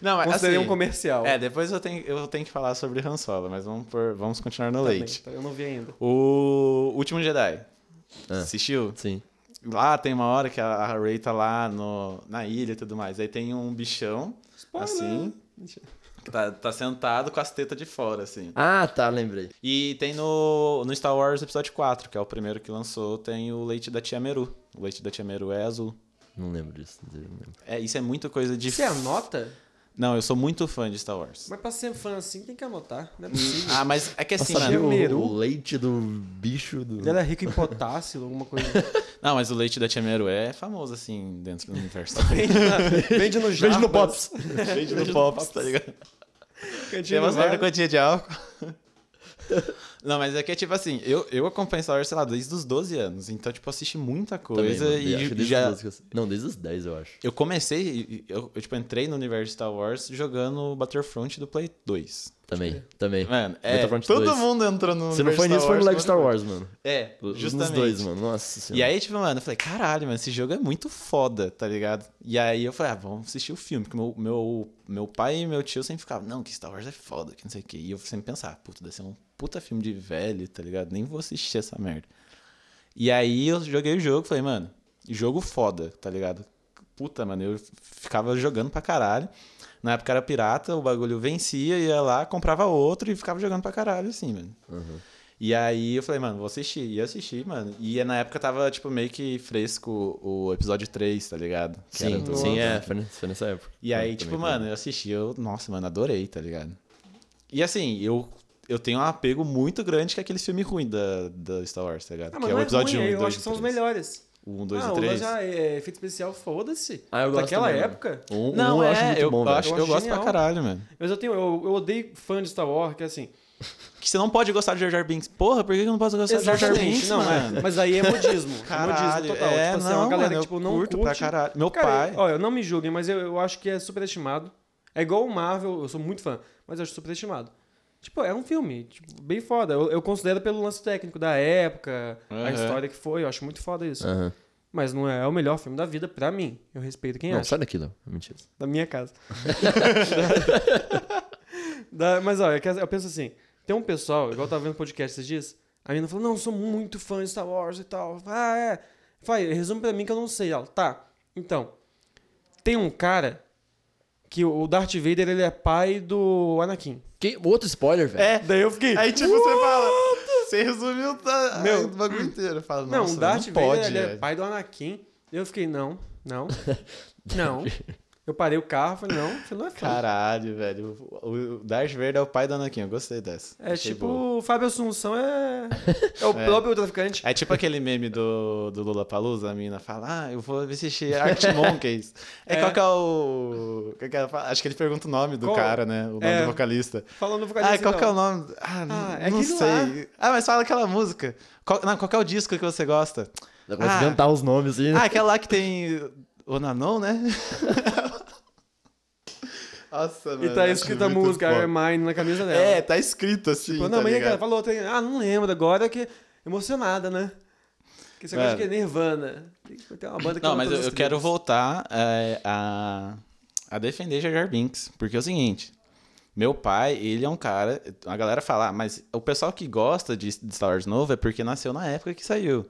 Não, mas
Considerei
assim,
um comercial.
É, depois eu tenho, eu tenho que falar sobre Han Solo, mas vamos, por- vamos continuar no
Tá bem,
leite.
tá, eu não vi ainda.
O Último Jedi.
Ah.
Assistiu?
Sim.
Lá tem uma hora que a- a Rey tá lá no, na ilha e tudo mais. Aí tem um bichão
Spoiler.
Assim? que tá, tá sentado com as tetas de fora, assim.
Ah, tá, lembrei.
E tem no, no Star Wars Episódio 4, que é o primeiro que lançou, tem o leite da Tia Meru. O leite da Tia Meru é azul.
Não lembro disso. não lembro.
É, isso é muita coisa de.
Você anota?
Não, eu sou muito fã de Star Wars.
Mas pra ser fã assim tem que anotar. Não é possível.
Ah, mas é que assim,
Nossa,
mano.
viu
Jameru?
o, o leite do bicho do...
Ele é era rico em potássio,
[laughs]
alguma coisa.
Não, mas o leite da Tia Meru é famoso, assim, dentro do universo.
Vende, na, vende no
Beijo no
Jarbas.
Pops.
[laughs] Leite do Pops, tá ligado? Tem
Cantinho
uma
do
certa
bar.
é quantia de álcool. [laughs] Não, mas é que é tipo assim, eu, eu acompanho Star Wars, sei lá, desde os 12 anos. Então, tipo, assisti muita
Também,
coisa
mano, acho que
e, e
desde
já,
os 12 que eu- Não, desde os 10, eu acho.
Eu comecei, eu, eu, tipo, entrei no universo Star Wars jogando Battlefront do Play 2.
Também, também.
Mano, é,
Battlefront
todo
2.
mundo entrou no
Se não
universo
foi nisso,
Star
foi no
Wars,
Lego Star Wars, mano.
É,
Nos
justamente.
dois, mano. assim, Nossa senhora.
E aí, tipo, mano, eu falei, caralho, mano, esse jogo é muito foda, tá ligado? E aí eu falei, ah, vamos assistir o filme, porque meu, meu, meu pai e meu tio sempre ficavam, não, que Star Wars é foda, que não sei o quê. E eu sempre pensava, puta, deve ser um puta filme de velho, tá ligado? Nem vou assistir essa merda. E aí eu joguei o jogo, falei, mano, jogo foda, tá ligado? Puta, mano, eu ficava jogando pra caralho. Na época era pirata, o bagulho vencia, ia lá, comprava outro e ficava jogando pra caralho, assim, mano.
Uhum.
E aí eu falei, mano, vou assistir. E eu assisti, mano. E na época tava, tipo, meio que fresco o episódio 3, tá ligado? Que era
Sim,
do-
sim, é. Foi, ne- foi nessa época.
E aí,
Eu
tipo,
também-
mano, eu assisti, eu, nossa, mano, adorei, tá ligado? E assim, eu, eu tenho um apego muito grande com aqueles filmes ruins da, da Star Wars, tá ligado?
Ah, mas
que
não
é o episódio 1
ruim,
e 2
Eu acho que são os melhores.
1, 2
ah,
um, e
o
3.
já é efeito especial, foda-se.
Ah, eu gosto
Daquela
também, mano.
época.
Um,
Não,
um eu
é,
acho muito
eu,
bom,
eu
velho.
acho,
Eu
eu,
acho
gosto pra
genial.
caralho, mano.
Mas eu tenho, eu, eu odeio fã de Star Wars, que é assim.
Que você não pode gostar de Jar Jar Binks. Porra, por que eu não posso gostar de Jar Jar Binks,
não,
mano?
é. Mas aí é modismo. é
Caralho,
modismo total.
é,
tipo assim, é
não,
uma galera
mano,
que
eu
tipo, não
curto pra
curte.
caralho. Meu
Cara,
pai-
Olha, não me julguem, mas eu, eu acho que é superestimado. É igual o Marvel, eu sou muito fã, mas eu acho superestimado. Tipo, é um filme, tipo, bem foda. Eu, eu considero pelo lance técnico da época, a
Aham. É.
história que foi, eu acho muito foda isso.
Aham.
Mas não é o melhor filme da vida pra mim. Eu respeito quem é.
Não,
acha.
sai daqui, Léo. É Mentira.
Da minha casa. [laughs] Da- mas olha, eu penso assim: tem um pessoal, igual eu tava vendo podcast esses dias, a menina falou: Não, eu sou muito fã de Star Wars e tal. Eu falei, Ah, é. Vai, resume pra mim que eu não sei. Ela, tá. Então, tem um cara que o Darth Vader ele é pai do Anakin.
Que... Outro spoiler, velho.
É,
Daí eu
[laughs]
fiquei.
Aí, tipo, você fala. Você resumiu tá,
Meu.
o bagulho inteiro. Fala,
Não,
nossa,
o Darth é
não
Vader
pode.
ele é
velho. [laughs]
pai do Anakin. Eu fiquei, não, não, não. Eu parei o carro, falei, não, você não é fã.
Caralho, velho. O o Darth Vader é o pai da Anakin. Eu gostei dessa.
É
Achei
tipo,
boa.
o Fábio
[laughs]
Assunção é. É o
É.
próprio traficante.
É tipo aquele meme do, do Lula Palusa, a menina fala, ah, eu vou assistir Art
[laughs]
Monkeys. É,
É.
qual que é o. qual que ela fala? Acho que ele pergunta o nome do
Qual?
cara, né? O nome
É.
do vocalista.
Falando no assim,
Ah, qual que é o nome? Ah,
Ah,
n-
é
não
aquele
sei. Ah, mas fala aquela música. Qual, não, qual que é o disco que você gosta?
Dá pra
Ah.
inventar os nomes aí. né?
Ah, aquela lá que tem o Nanon,
[laughs]
né? Nossa,
E tá escrita a música
é
Iron Mine na camisa dela.
É, tá escrito assim,
Tipo,
tá
não, mas e
ligado?
aquela? Falou outra. aí. Ah, não lembro agora que. Emocionada, né? Que você acha
Mano.
que é Nirvana. Tem que ter uma banda que
Não,
ama
mas eu,
todas
eu
as
quero
tribos.
voltar é, a, a defender Jar Jar Binks, porque é o seguinte, meu pai, ele é um cara, a galera fala, "Ah, mas o pessoal que gosta de, de Star Wars novo é porque nasceu na época que saiu.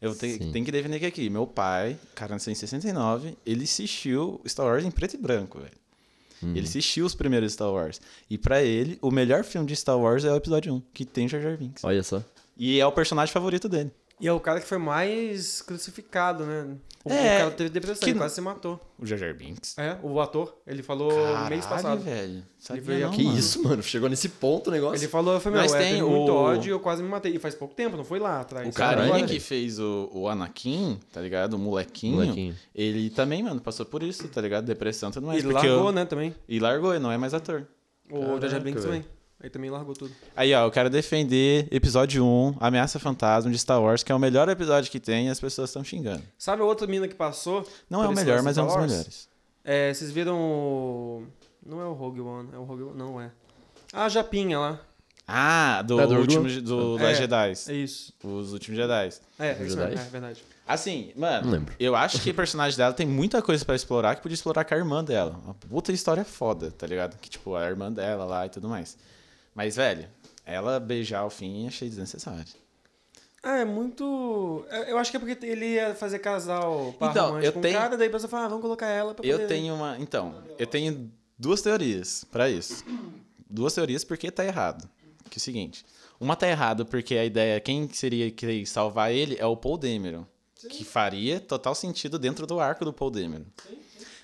Eu te,
Sim.
tenho que defender que aqui, meu pai, cara, nasceu em 69, ele assistiu Star Wars em preto e branco, velho. Ele assistiu os primeiros Star Wars. E pra ele, o melhor filme de Star Wars é o episódio 1, que tem Jar Jar Binks.
Olha só.
E é o personagem favorito dele.
E é o cara que foi mais crucificado, né? O,
É,
o cara teve depressão,
que
ele
não-
quase se matou.
O Jar Jar Binks.
É, o ator, ele falou mês passado.
velho. Sabia
veio
não,
que
mano.
isso, mano? Chegou nesse ponto o negócio.
Ele falou, eu falei, meu,
Mas
é,
tem
teve muito
o-
ódio, eu quase me matei. E faz pouco tempo, não foi lá atrás.
O é
Caralho,
carinha
velho.
que fez o, o Anakin, tá ligado? O molequinho,
Molequinho.
Ele também, mano, passou por isso, tá ligado? Depressão, tudo mais.
E
porque
largou,
eu-
né, também.
E largou, ele não é mais ator.
O Jar Jar Binks
velho.
também. Ele também largou tudo.
Aí, ó, eu quero defender episódio 1, Ameaça Fantasma de Star Wars, que é o melhor episódio que tem e as pessoas estão xingando.
Sabe a outra mina que passou?
Não é
por
o
esse
melhor,
lance
mas é um dos
Star Wars?
melhores.
É, vocês viram o... Não é o Rogue One, é o Rogue One, não é. Ah, a Japinha lá.
Ah, do,
É, do
último
Orgulho?
do,
É.
das Jedi.
É isso.
Os últimos Jedi.
É, é, isso
Jedi?
mesmo, é verdade.
Assim, mano,
Não lembro.
eu acho que o personagem dela tem muita coisa pra explorar que podia explorar com a irmã dela. Uma puta história foda, tá ligado? Que, tipo, a irmã dela lá e tudo mais. Mas, velho, ela beijar ao fim achei desnecessário.
Ah, é muito... é, Eu acho que é porque ele ia fazer casal par
Então,
romântico
eu
com o
tenho-
cara, daí a pessoa fala, ah, vamos colocar ela pra poder...
Eu tenho uma. Então, eu tenho duas teorias pra isso. Duas teorias porque tá errado. Que é o seguinte. Uma tá errada porque a ideia, quem seria que salvar ele é o Paul Dameron. Que faria total sentido dentro do arco do Paul Dameron.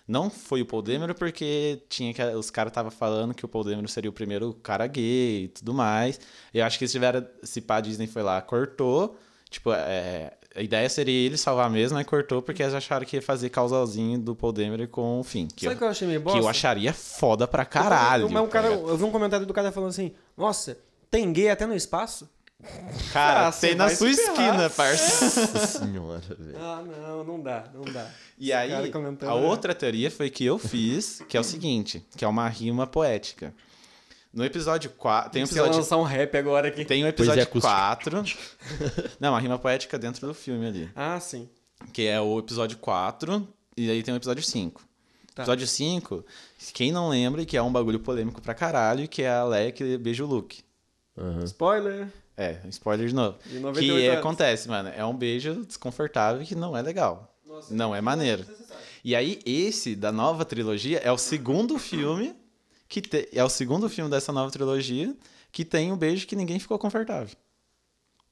Não foi o Paul Dameron porque tinha que, os caras estavam falando que o Paul Dameron seria o primeiro cara gay e tudo mais. Eu acho que eles tiveram. Se pá, a Disney foi lá, cortou. Tipo, é, a ideia seria ele salvar mesmo, aí cortou porque eles acharam que ia fazer causalzinho do Paul Dameron com o Finn. Que,
Sabe
eu,
o que eu achei meio
que
bosta?
eu acharia foda pra caralho.
Mas um cara,
tá ligado?
eu vi um comentário do cara falando assim: Nossa, tem gay até no espaço?
Tá Cara,
Ah, você
tem na
vai
sua
se ferrar.
esquina, parça.
[laughs]
Nossa senhora, velho.
Ah, não, não dá, não dá.
E aí,
cara comentando,
a
né?
outra teoria foi que eu fiz, que é o seguinte, que é uma rima poética. No episódio 4, tem um
Precisa
episódio
lançar um rap agora aqui.
Tem o episódio
Poesia acústica.
4. [laughs] Não, a rima poética dentro do filme ali.
Ah, sim.
Que é o episódio 4 e aí tem o episódio 5.
Tá.
Episódio 5, quem não lembra, que é um bagulho polêmico pra caralho, que é a Leia que beija o Luke.
Aham.
Spoiler.
É, spoiler de novo.
De 98
que
anos.
acontece, mano. É um beijo desconfortável que não é legal.
Nossa,
não é maneiro. E aí, esse da nova trilogia é o segundo filme que te- é o segundo filme dessa nova trilogia que tem um beijo que ninguém ficou confortável.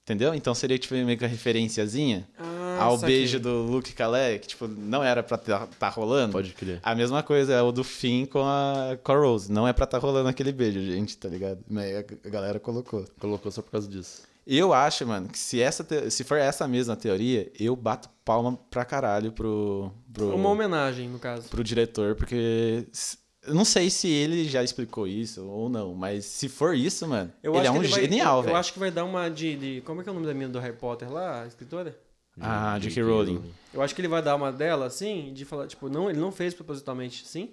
Entendeu? Então seria tipo meio que uma referenciazinha
Ah,
ao
saquei.
beijo do Luke Calé, que tipo não era pra tá, tá rolando.
Pode crer.
A mesma coisa é o do Finn com a, com a Rose. Não é pra tá rolando aquele beijo, gente, tá ligado? Mas a galera colocou.
Colocou só por causa disso.
Eu acho, mano, que se, essa te- se for essa mesma teoria, eu bato palma pra caralho pro, pro,
Uma homenagem, no caso.
pro diretor, porque s- eu não sei se ele já explicou isso ou não, mas se for isso, mano,
Eu
ele
acho
é
que
um
vai-
genial,
eu,
velho.
acho que vai dar uma de, de- Como é que é o nome da menina do Harry Potter lá, a escritora?
Ah, J.K. Rowling.
Eu acho que ele vai dar uma dela, assim, de falar, tipo, não, ele não fez propositalmente, sim.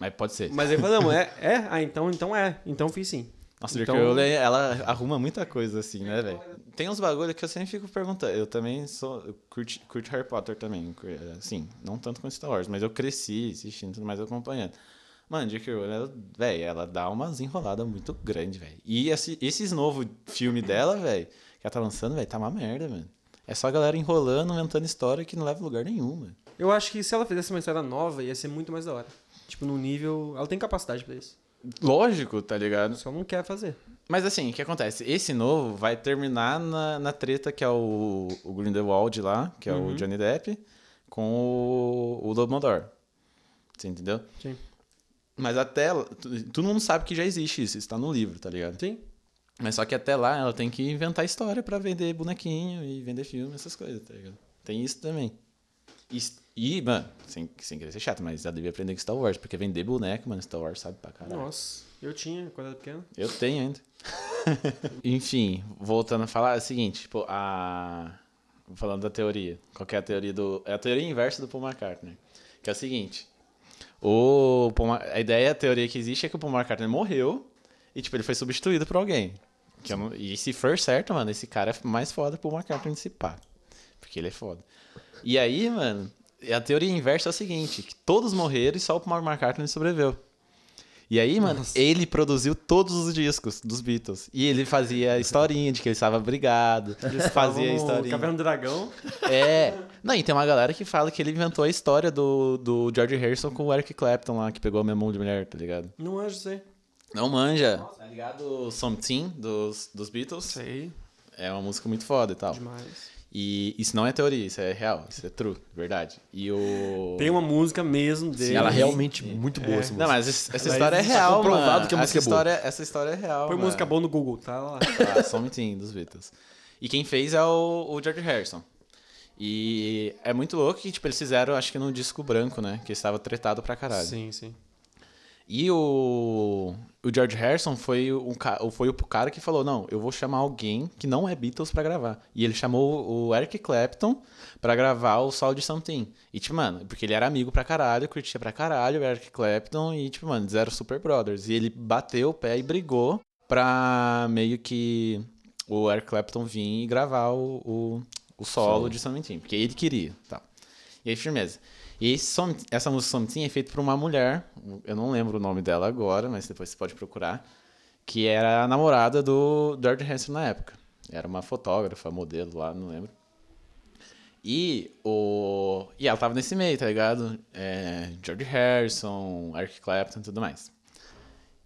Mas pode ser.
Mas ele fala, não, é, é? Ah, então, então é. Então fiz sim.
Nossa, J.K.
Então-
Rowling, ela arruma muita coisa assim, né, velho? Tem uns bagulho que eu sempre fico perguntando. Eu também sou. Eu curti, curto Harry Potter também. cur- Assim, não tanto quanto Star Wars, mas eu cresci assistindo e tudo mais, acompanhando. Mano, J.K. Rowling, ela- velho, ela dá umas enroladas muito grande, velho. E esse- esses novos filmes dela, velho, que ela tá lançando, velho, tá uma merda, mano. É só a galera enrolando, inventando história que não leva a lugar nenhum, mano.
Eu acho que se ela fizesse uma história nova, ia ser muito mais da hora. Tipo, num nível. Ela tem capacidade pra isso.
Lógico, tá ligado?
Só não quer fazer.
Mas assim, o que acontece? Esse novo vai terminar na, na treta que é o, o Grindelwald lá, que é o Johnny Depp, com o, o Dumbledore. Você entendeu?
Sim.
Mas a tela, tu- todo mundo sabe que já existe isso, isso tá no livro, tá ligado?
Sim.
Mas só que até lá ela tem que inventar história pra vender bonequinho e vender filme, essas coisas, tá ligado? Tem isso também. E, e, mano, sem, sem querer ser chato, mas ela devia aprender com Star Wars, porque vender boneco, mano, Star Wars sabe pra caralho.
Nossa, eu tinha quando era pequeno.
Eu tenho ainda. [laughs] Enfim, voltando a falar, é o seguinte, tipo, a... Falando da teoria. Qual que é a teoria do... É a teoria inversa do Paul McCartney. Que é o seguinte. O Paul Ma- A ideia, a teoria que existe é que o Paul McCartney morreu e, tipo, ele foi substituído por alguém. Que eu não- E se for certo, mano, esse cara é mais foda pro McCartney se pá. Porque ele é foda. E aí, mano, a teoria inversa é o seguinte, que todos morreram e só o Paul McCartney sobreviveu. E aí, mano, ele produziu todos os discos dos Beatles. E ele fazia a historinha de que ele estava brigado, fazia a historinha.
Caverna do Dragão.
É. Não, e tem uma galera que fala que ele inventou a história do, do George Harrison com o Eric Clapton lá, que pegou a minha mão de mulher, tá ligado?
Não anjo, sei.
Não manja. Tá ligado? Something, dos, dos Beatles.
Sei,
É uma música muito foda e tal.
demais.
E isso não é teoria, isso é real, isso é true, verdade. E o...
Tem uma música mesmo dele.
E
é
ela realmente muito boa essa música.
Não, mas es- essa
Ela
história é
existe,
real,
tá comprovado
mano.
que a música é
essa,
boa.
história, essa história é real,
Põe
mano.
música boa no Google, tá? Lá.
Ah, só um minutinho dos Beatles. E quem fez é o, o George Harrison. E é muito louco que, tipo, eles fizeram, acho que num disco branco, né? Que estava tretado pra caralho. Então.
Sim, sim.
E o, o George Harrison foi o, ca- foi o cara que falou: não, eu vou chamar alguém que não é Beatles pra gravar. E ele chamou o Eric Clapton pra gravar o Soul de Something. E, tipo, mano, porque ele era amigo pra caralho, curtia pra caralho o Eric Clapton. E, tipo, mano, eles eram super brothers. E ele bateu o pé e brigou pra meio que o Eric Clapton vir e gravar o, o, o solo, de Something. Porque ele queria tal. E aí, firmeza. E esse som- essa música Something é feita por uma mulher, eu não lembro o nome dela agora, mas depois você pode procurar, que era a namorada do George Harrison na época. Era uma fotógrafa, modelo lá, não lembro. E, o... e ela tava nesse meio, tá ligado? É, George Harrison, Eric Clapton e tudo mais.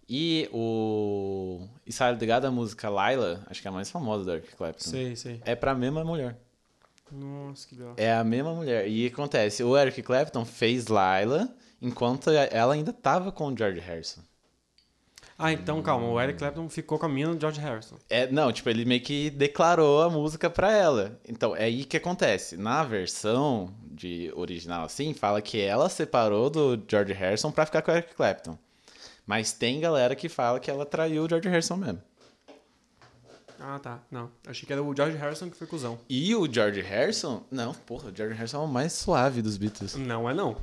E o. E sabe, ligado a música Laila, acho que é a mais famosa do Eric Clapton.
Sei, sei.
É pra mesma mulher.
Nossa, que legal.
É a mesma mulher. E acontece, o Eric Clapton fez Laila enquanto ela ainda tava com o George Harrison.
Ah, então calma. O Eric Clapton ficou com a mina do George Harrison.
É, não, tipo, ele meio que declarou a música pra ela. Então, é aí que acontece. Na versão de original, assim, fala que ela separou do George Harrison pra ficar com o Eric Clapton. Mas tem galera que fala que ela traiu o George Harrison mesmo.
Ah, tá. Não. Achei que era o George Harrison que foi cuzão.
E o George Harrison? Não, porra, o George Harrison é o mais suave dos Beatles.
Não é não.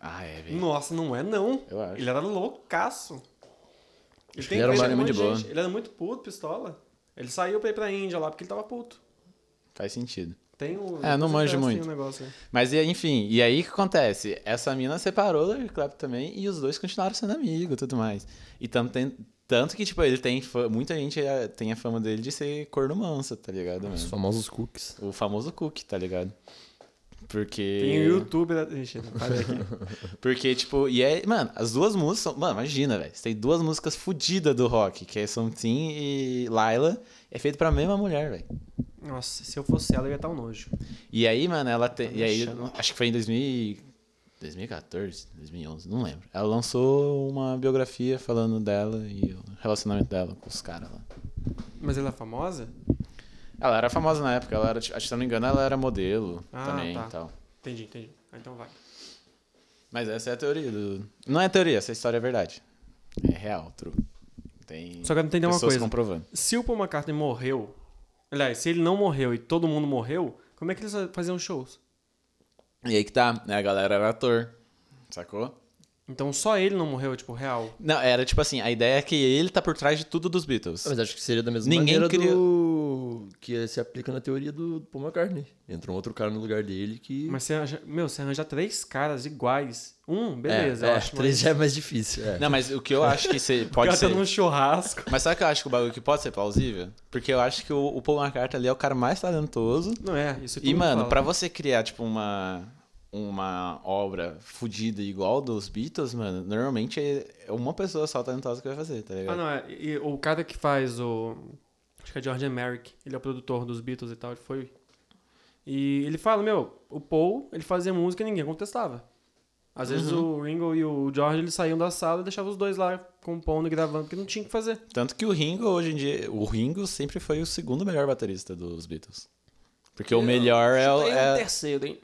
Ah, é, velho.
Nossa, não é não.
Eu acho.
Ele era loucaço.
Ele
tem
era
inveja
uma-
de
muito
monte de
boa.
gente. Ele era muito puto, pistola. Ele saiu pra ir pra Índia lá porque ele tava puto.
Faz sentido.
Tem o.
É, não manjo
tem
muito.
um negócio aí.
Mas e aí, enfim, e aí o que acontece? Essa mina separou do Eric Clapton também e os dois continuaram sendo amigos e tudo mais. E tanto, tem- tanto que, tipo, ele tem. fa- Muita gente eh, tem a fama dele de ser corno manso, tá ligado?
Os
mano?
famosos cookies.
O famoso Cook, tá ligado? Porque.
Tem o YouTube da. Ixi, parei aqui. [laughs]
Porque, tipo, e é. Mano, as duas músicas são. Mano, imagina, velho. Você tem duas músicas fodidas do rock, que é Something e Laila. É feito pra mesma mulher, velho.
Nossa, se eu fosse ela, eu ia estar um nojo.
E aí, mano, ela
Tá
tem. E aí,
deixando.
acho que foi em 2000, e- 2014, 2011, não lembro. Ela lançou uma biografia falando dela e o relacionamento dela com os caras lá.
Mas ela é famosa?
Ela era famosa na época, ela era, acho que se eu não me engano, ela era modelo
Ah,
também
tá.
e tal.
Entendi, entendi. Ah, Então vai.
Mas essa é a teoria do. Não é teoria, essa história é verdade. É real, true. Tem
Só que eu não entendi uma
pessoas
coisa.
comprovando.
Se o Paul McCartney morreu, aliás, se ele não morreu e todo mundo morreu, como é que eles faziam shows?
E aí que tá, né? A galera era ator. Sacou?
Então só ele não morreu, tipo, real.
Não, era tipo assim, a ideia é que ele tá por trás de tudo dos Beatles.
Mas acho que seria da mesma
Ninguém
maneira
cria-
do... que se aplica na teoria do Paul McCartney. Entra um outro cara no lugar dele que...
Mas você arranja, meu, você arranjar três caras iguais. Um, beleza,
é,
eu
é,
acho.
três
mas...
já é mais difícil. É.
Não, mas o que eu acho que você
[laughs] O
pode
cara
ser.
tá num churrasco.
Mas sabe o que eu acho que o bagulho que pode ser plausível? Porque eu acho que o, o Paul McCartney ali é o cara mais talentoso.
Não é, isso
E, mano, pra você criar, tipo, uma, uma obra fodida igual dos Beatles, mano, normalmente é uma pessoa só talentosa que vai fazer, tá
Ah,
ligado?
não, é. E o cara que faz o. Acho que é George Merrick. Ele é o produtor dos Beatles e tal, ele foi. E ele fala, meu, o Paul, ele fazia música e ninguém contestava. Às vezes
Uhum.
o Ringo e o George eles saíam da sala e deixavam os dois lá compondo e gravando, porque não tinha o que fazer.
Tanto que o Ringo, hoje em dia, o Ringo sempre foi o segundo melhor baterista dos Beatles. Porque o melhor é, o-
Chuta aí um
é,
terceiro, hein?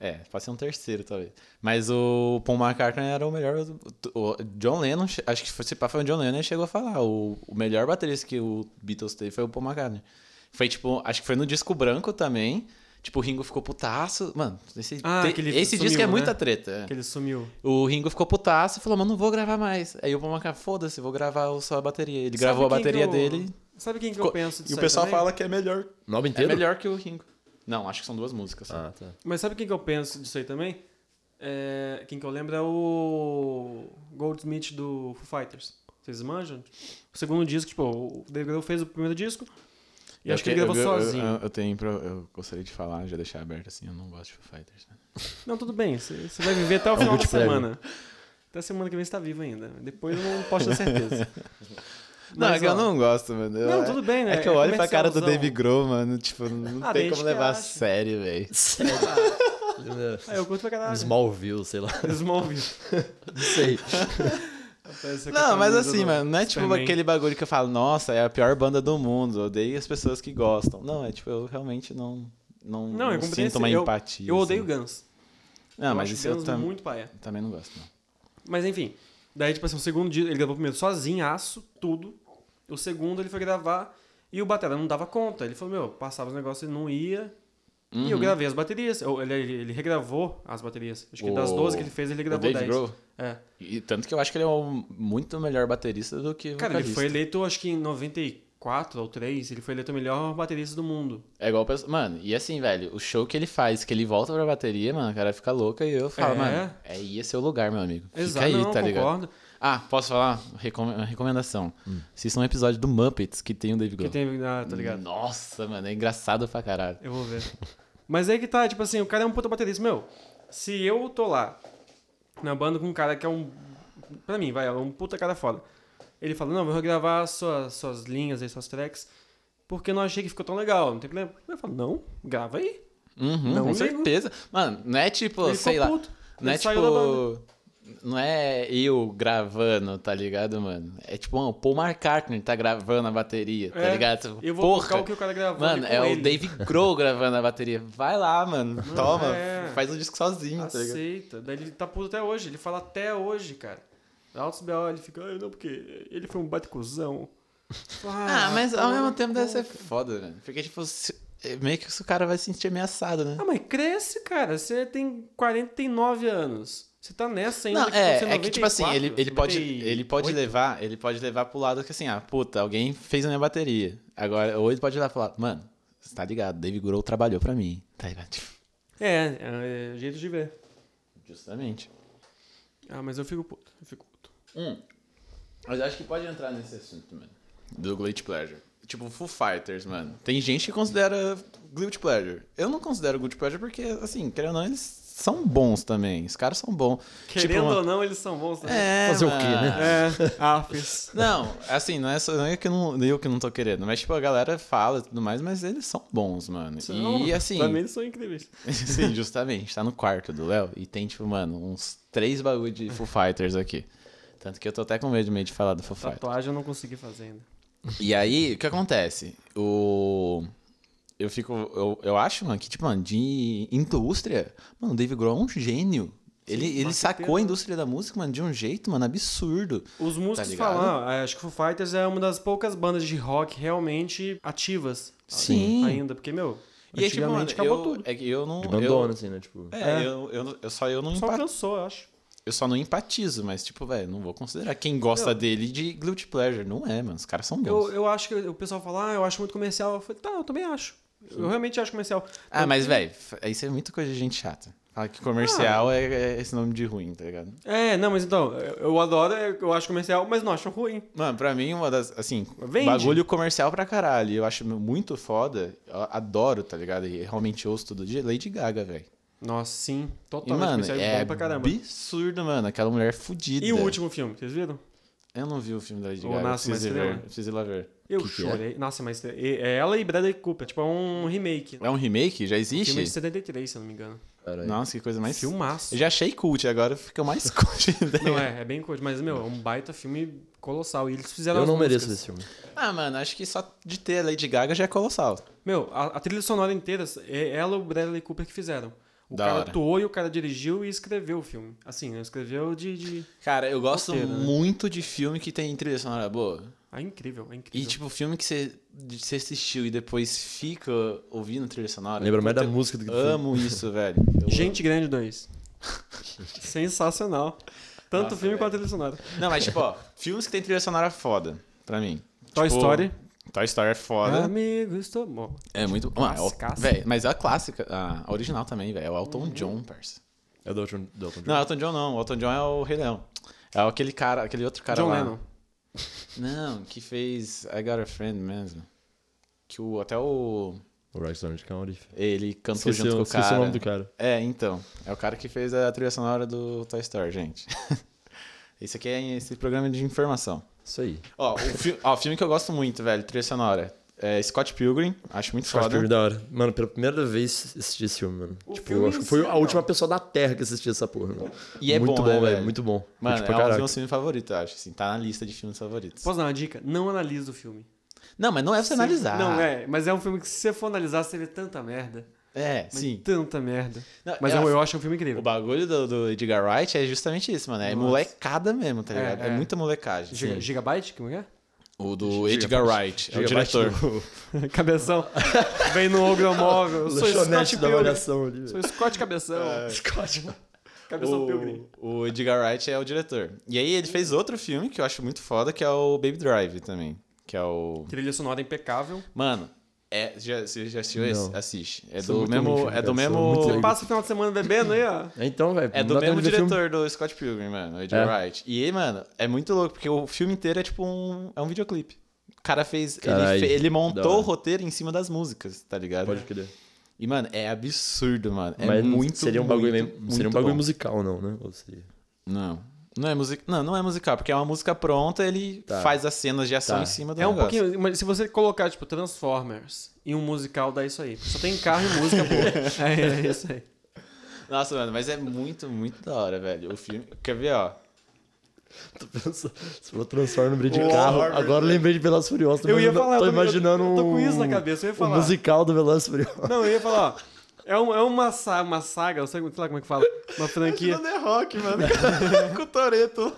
é. pode ser um terceiro, talvez. Mas o Paul McCartney era o melhor. O John Lennon, acho que foi, se pá, foi o John Lennon, ele chegou a falar. O, o melhor baterista que o Beatles teve foi o Paul McCartney. Foi tipo, acho que foi no disco branco também. Tipo, o Ringo ficou putaço. Mano, esse,
Ah,
te-
que ele
esse disco
sumiu,
é
né?
muita treta. é.
Que ele sumiu.
O Ringo ficou putaço e falou, mano, não vou gravar mais. Aí o Paul McCartney, foda-se, vou gravar só a bateria. Ele
Sabe
gravou a
quem que
bateria
eu-
dele
Sabe quem que
Co-
eu penso disso
e o
aí
pessoal
também?
fala que é melhor.
Nova
É
inteira?
melhor que o Ringo. Não, acho que são duas músicas.
Ah, tá. [laughs]
Mas sabe quem que eu penso disso aí também? É, quem que eu lembro é o Goldsmith do Foo Fighters. Vocês manjam? O segundo disco, tipo, o Dave Grohl fez o primeiro disco e acho que ele gravou sozinho.
Eu, tenho, pra- eu gostaria de falar, já deixar aberto assim, eu não gosto de Foo Fighters. né?
Não, tudo bem, você você vai
[laughs]
viver
É
até o
um
final de
good pleasure.
semana. Até semana que vem você tá vivo ainda. Depois eu não posso
[laughs]
ter certeza.
Não, é
Mas,
que eu
ó,
não gosto, mano. Eu-
Não,
é-
tudo bem, né?
É que eu olho pra cara do
comercialzão.
Dave Grohl, mano, tipo, não
Ah,
tem
tem
como
gente que
levar a
acha.
sério, velho.
Ah, eu curto pra caralho. [laughs]
Smallville, sei lá.
Smallville.
Não sei.
Aparece com a
Não, mas
camisa
assim,
do
mano, não é tipo
Superman.
aquele bagulho que eu falo, nossa, é a pior banda do mundo, odeio as pessoas que gostam. Não, é tipo, eu realmente não, não, não
Não, eu compreendo, assim,
sinto uma
eu-
empatia.
Eu odeio
assim.
Guns.
Não,
eu
mas
acho
isso eu
Guns
tam-
muito paia.
também não gosto, não.
Mas enfim, daí, tipo assim, o segundo dia, ele gravou primeiro sozinho, aço, tudo. O segundo ele foi gravar e o batera não dava conta. Ele falou, meu, passava os negócios e não ia. E eu
Uhum.
gravei as baterias. Ou Ele, ele, ele regravou as baterias. Acho que das
O-
12 que ele fez, ele
O
regravou
Dave
10.
Grohl?
É.
E tanto que eu acho que ele é um muito melhor baterista do que
Cara, ele
vocalista.
foi eleito, acho que em 94 ou 3, ele foi eleito o melhor baterista do mundo.
É igual... pra- Mano, e assim, velho, o show que ele faz, que ele volta pra bateria, mano, o cara fica louco e eu falo,
É.
mano, é ia seu lugar, meu amigo. Fica
Exato,
aí,
não,
tá ligado?
concordo.
Ah, posso falar? Recom- Uma recomendação. Assista um episódio do Muppets que tem o Dave
Que
Grohl.
tem, ah, tá ligado?
Nossa, mano, é engraçado pra caralho.
Eu vou ver. Mas aí que tá, tipo assim, o cara é um puta baterista. Meu, se eu tô lá na banda com um cara que é um. Pra mim, vai, é um puta cara foda. Ele fala, não, eu vou gravar suas, suas linhas aí, suas tracks, porque eu não achei que ficou tão legal, não tem problema. Eu falo, não, grava aí.
Uhum,
Não
com
ligo.
certeza. Mano, não é tipo,
ele
sei
ficou
lá.
puto.
Não
ele
é
saiu da banda.
tipo. Não é eu gravando, tá ligado, mano? É tipo, mano, o Paul McCartney tá gravando a bateria, tá
É,
ligado?
Eu vou
Porra.
tocar o que o cara gravou.
Mano,
ali
é
com
o
ele.
Dave Grohl gravando a bateria. Vai lá, mano. Toma,
é.
faz o disco sozinho, tá ligado?
Aceita. Daí ele tá puto até hoje. Ele fala até hoje, cara. Altos B.O. ele fica, ah, não, porque ele foi
[laughs]
um batecuzão.
Ah, mas ao mesmo tempo deve ser foda, velho. Porque, tipo, se- é meio que o cara vai se sentir ameaçado, né?
Ah, mas cresce, cara. Você tem 49 anos. Você tá nessa ainda.
Não,
que
é,
você
é que tipo assim,
94,
ele, ele pode,
98.
ele pode levar, ele pode levar pro lado que assim, ah, puta, alguém fez a minha bateria. Agora, ou ele pode levar pro lado, mano, você tá ligado, Dave Grohl trabalhou pra mim. Tá ligado? Tipo,
É, é, é jeito de ver.
Justamente.
Ah, mas eu fico puto. Eu fico puto.
Hum. Mas acho que pode entrar nesse assunto, mano. Do Guilty Pleasure. Tipo, Foo Fighters, mano. Tem gente que considera Guilty Pleasure. Eu não considero Guilty Pleasure porque, assim, querendo ou não, eles são bons também. Os caras são bons.
Querendo
tipo,
ou não, eles são bons também.
é,
Fazer o quê, né?
mano.
É, [laughs] afes.
Não, assim, não é só não é que eu não, eu que não tô querendo, mas tipo, a galera fala e tudo mais, mas eles são bons, mano. e assim,
Também eles são incríveis.
[laughs] sim, justamente, tá no quarto do Léo e tem, tipo, mano, uns três bagulho de Foo Fighters aqui. Tanto que eu tô até com medo de medo de falar do Foo Fighters.
Tatuagem eu não consegui fazer ainda.
E aí, o que acontece? O. Eu fico. Eu, eu acho, mano, que, tipo, mano, de indústria. Mano, o Dave Grohl é um gênio. Ele,
Sim,
ele
com
sacou
certeza.
a indústria da música, mano, de um jeito, mano, absurdo.
Os músicos
Tá ligado?
falam, ah, acho que o Foo Fighters é uma das poucas bandas de rock realmente ativas.
Sim.
Ainda, porque, meu,
E aí, tipo, mano,
antigamente acabou
eu,
tudo.
é que eu não.
De
eu-
bandona, assim, né? Tipo.
É,
É.
Eu, eu, eu só eu não
Só
empa-
cansou, eu acho.
eu só não empatizo, mas tipo, velho, não vou considerar quem gosta dele de guilty pleasure, não é, mano, os caras são bons.
Eu, eu acho que o pessoal fala, ah, eu acho muito comercial. Eu falei, tá, eu também acho. Eu realmente acho comercial.
Ah, mas velho, f- isso é muita coisa de gente chata. Fala que comercial
Ah.
é, é esse nome de ruim, tá ligado?
É, não, mas então, eu, eu adoro, eu acho comercial, mas não acho ruim.
Mano, pra mim uma das, assim,
Vende.
bagulho comercial pra caralho, eu acho muito foda, eu adoro, tá ligado? E realmente ouço todo dia Lady Gaga, velho.
Nossa, sim,
E
totalmente
mano,
comercial,
é
bom pra caramba.
absurdo, mano, aquela mulher fudida.
E o último filme, vocês viram?
Eu não vi o filme da Lady
Ou
Gaga. Eu
Nasce uma
preciso ir
Estrela.
ver. eu Preciso ir lá ver.
Eu
Que que é?
chorei. Nossa, mas é é ela e Bradley Cooper. Tipo, é um remake.
É um remake? Já
Filme
existe?
de 73, se eu não me engano.
Caralho.
Nossa, que coisa mais.
Filmaço.
Eu já achei cult, agora fica mais [laughs] cult ainda.
Não, é, é bem curto, mas, meu, é um baita filme colossal. E eles fizeram
Eu
as
não mereço ver
músicas.
esse filme.
Ah, mano, acho que só de ter a Lady Gaga já é colossal.
Meu, a, a trilha sonora inteira, é ela e o Bradley Cooper que fizeram. O
Da
cara
hora.
atuou e o cara dirigiu e escreveu o filme. Assim, né, escreveu de... de-
Cara, eu gosto
Roteiro, né?
muito de filme que tem trilha sonora boa.
Ah, é incrível, é
E,
incrível.
tipo, filme que você, de- você assistiu e depois fica ouvindo trilha sonora.
Lembra mais da
Puta,
música do que
eu
do filme.
Amo
[laughs]
isso, velho. Eu
Gente
[laughs]
Grande 2. Sensacional. Tanto
Nossa, é.
o filme
velho.
quanto a trilha sonora.
amo. Não, mas, tipo, ó, filmes que tem trilha sonora é foda, pra mim.
Toy
Tipo,
Story.
Toy Story é foda.
Amigo, estou bom.
É muito. Ah, é o-
Classicaço.
Véi, mas é a clássica, a a original também, velho. É o Elton
Uhum.
John, parça.
É do Elton do Elton John.
Não, Elton John não. Elton John é o Rei Leão. É aquele cara, aquele outro cara
John
lá.
Lennon.
Não, que fez I Got a Friend mesmo. Que o, até o.
O Rockstar Orange County.
Ele cantou
Esqueci,
junto com o
esqueci
cara.
o nome do cara.
É, então. É o cara que fez a trilha sonora do Toy Story, gente. [laughs] Isso aqui é esse programa de informação.
Isso aí.
Ó, o fi- ó, filme que eu gosto muito, velho, trilha sonora. É Scott Pilgrim, acho muito
Acho
foda.
filme da hora. Mano, pela primeira vez assisti esse filme, mano.
O
tipo,
filme
eu acho
em
que foi
si é
a
legal.
última pessoa da Terra que assistiu essa porra, mano.
E é
muito
bom, né, velho?
velho. Muito bom.
Mano,
Curti tipo pra
é um dos
caraca.
meus filmes favoritos, eu acho. Assim, tá na lista de filmes favoritos.
Posso dar uma dica? Não analisa o filme.
Não, mas não é pra você analisar.
Não, é. Mas é um filme que se você for analisar, você vê tanta merda.
É,
Mas
sim.
Tanta merda.
Não,
Mas
é
eu,
a-
eu acho um filme incrível.
O bagulho do, do Edgar Wright é justamente isso, mano. É
Nossa.
molecada mesmo, tá
É,
ligado? É,
é.
muita molecagem.
Giga-
Sim.
Gigabyte? Como é?
O do
Gigabyte.
Edgar Wright, é o
Gigabyte
diretor.
do-
[laughs] Cabeção. Vem no Ogromóvel.
do
Sou Scott
Lanchonete da
Pilgrim.
avaliação ali. velho.
Sou Scott Cabeção.
Scott.
Cabeção Pilgrim.
O, o Edgar Wright é o diretor. E aí ele fez outro filme que eu acho muito foda, que é o Baby Drive também. Que é o.
Trilha sonora impecável.
Mano, é, já, você já assistiu esse?
Não.
Assiste. É
Sou
do
muito ruim de
mesmo.
filme,
É do
cara. Sou muito
mesmo.
leigo.
Passa o final de semana bebendo aí, ó.
Então, velho.
É
não
do
dá tempo
mesmo
de ver filme.
diretor do Scott Pilgrim, mano, o Edgar Wright. E aí, mano, é muito louco, porque o filme inteiro é tipo um. É um videoclipe. O cara fez. Ele,
Caralho,
fe- ele
da
montou
hora.
o roteiro em cima das músicas, tá ligado?
Pode crer.
E, mano, é absurdo, mano. É
Mas
muito
seria um
muito,
bagulho, meio- seria um
muito
bagulho
bom.
musical, não, né? Ou seria...
Não. Não é, music... não, não é musical, porque é uma música pronta, ele
Tá.
faz as cenas de ação
Tá.
em cima do
É um
negócio.
pouquinho. Mas se você colocar, tipo, Transformers e um musical, dá isso aí. Só tem carro e música, pô. É, é isso aí.
Nossa, mano, mas é muito, muito da hora, velho. O filme. Quer ver, ó?
[laughs] Tô pensando... Você falou Transformers no brilho de
Ô,
carro.
Harvard,
Agora eu lembrei de Velozes e Furiosos. Tô
Eu ia
imagina-
falar, eu
Tô
também- eu-
imaginando
eu tô com
um-
isso na cabeça, eu ia
um
falar.
musical do Velozes e Furiosos. [laughs]
Não, eu ia falar, ó. É, um- é uma, sa- uma saga, eu sei, sei lá como é que fala. Uma franquia
The Rock, mano. Com o Toreto.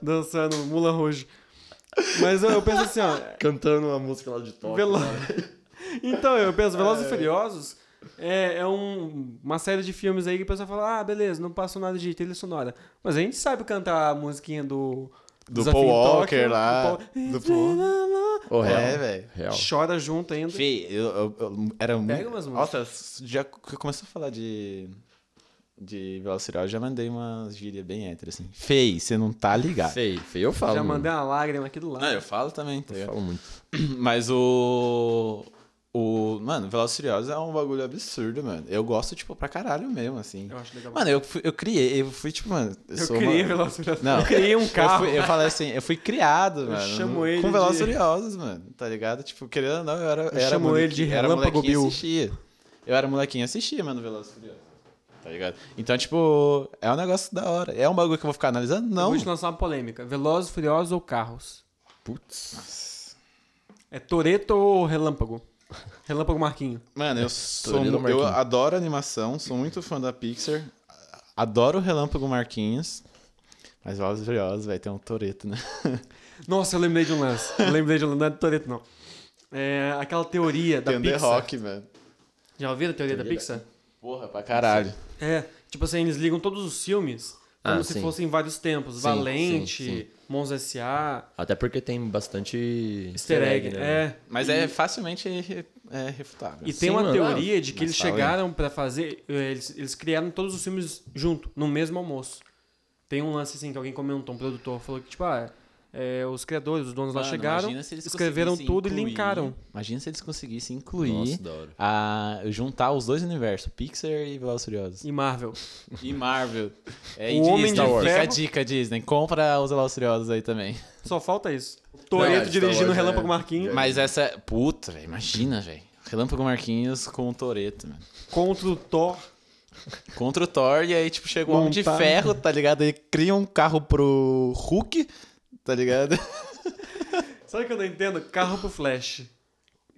dançando Mula Rouge. Mas eu, eu penso assim, ó.
Cantando uma música lá de Tóquio.
Velo... [laughs] Então, eu penso, Velozes e Furiosos é, é um- uma série de filmes aí que o pessoal fala, ah, beleza, não passou nada de trilha sonora. Mas a gente sabe cantar a musiquinha do...
Do
Desafio
Paul
em Tóquio,
Walker lá.
Do
Do
Paul...
Paul-
Ô, real.
É, velho.
Real.
Chora junto ainda.
Fê, eu, eu- eu- era muito.
umas
Nossa, já que começou a falar de. De Velociral, eu já mandei uma gíria bem hétera, assim. Fei, você não tá ligado.
Feio, feio eu falo.
Já
mano.
mandei uma lágrima aqui do lado.
Não, eu falo também, tá
Eu
ligado?
falo muito.
[clears throat] Mas o. O. Mano, Velociriosos é um bagulho absurdo, mano. Eu gosto, tipo, pra caralho mesmo, assim.
Eu acho legal.
Mano, eu, fui- eu criei, eu fui, tipo, mano. Eu,
eu
sou
criei
uma-
Velociraptor.
Não.
Eu criei um
Eu,
carro.
fui- eu falei assim, eu fui criado, mano.
chamo ele
com
de-
Velociriosos, mano. Tá ligado? Tipo, querendo ou não, eu era. Eu era
chamo ele de
molequinho- era
Relâmpago
molequinho e
Bill.
assistia. Eu era molequinho e assistia, mano, Velociriosos. Tá ligado? Então, tipo, é um negócio da hora. É um bagulho que eu vou ficar analisando?
Eu
Não.
Vou te lançar uma polêmica. Velozes, Furiosos ou Carros?
Putz.
É Toreto ou Relâmpago? Relâmpago Marquinho.
Mano, eu sou
Toledo
mu- eu
Marquinhos.
adoro animação, sou muito fã da Pixar. Adoro o Relâmpago Marquinhos. Mas Velozes e Furiosos, velho, tem um Toreto, né?
Nossa, eu lembrei de um lance. Eu lembrei de um lance. Não é do Toreto, não. É aquela teoria da
tem um The
Pixar.
Rock, velho.
Já ouviram a teoria, da
Teoria
Pixar?
Porra, pra caralho.
É. Tipo assim, eles ligam todos os filmes como
Ah,
se
sim.
fossem vários tempos.
Sim,
Valente,
sim,
Mons S.A.,
Até porque tem bastante.
Easter Egg.
né?
É.
Mas é facilmente re- é, refutável.
E tem
Sim,
uma
mano.
teoria de que
Mas
eles
fala aí.
chegaram pra fazer. eh, Eles, eles criaram todos os filmes junto, no mesmo almoço. Tem um lance assim que alguém comentou, um produtor falou que, tipo, ah, é, os criadores, os donos lá
Mano,
chegaram,
imagina se eles
escreveram
conseguissem
tudo e
incluir-
linkaram.
Imagina se eles conseguissem
Nossa,
incluir,
da hora.
a, juntar os dois universos, Pixar e Velozes e Furiosos.
E Marvel.
E Marvel. É,
O
e
Homem
Disney,
de
fica a
Ferro.
dica, Disney. Compra os Velozes e Furiosos aí também.
Só falta isso.
Não,
Toreto
Star
dirigindo
Wars é-
Relâmpago Marquinhos
Mas essa... Puta, velho, imagina, velho. Relâmpago Marquinhos com o Toreto, mano.
contra o Thor.
Contra o Thor, e aí, tipo, chega o Homem de
Montar.
Ferro, tá ligado? Ele cria um carro pro Hulk, tá ligado?
Sabe o que eu não entendo? Carro pro Flash.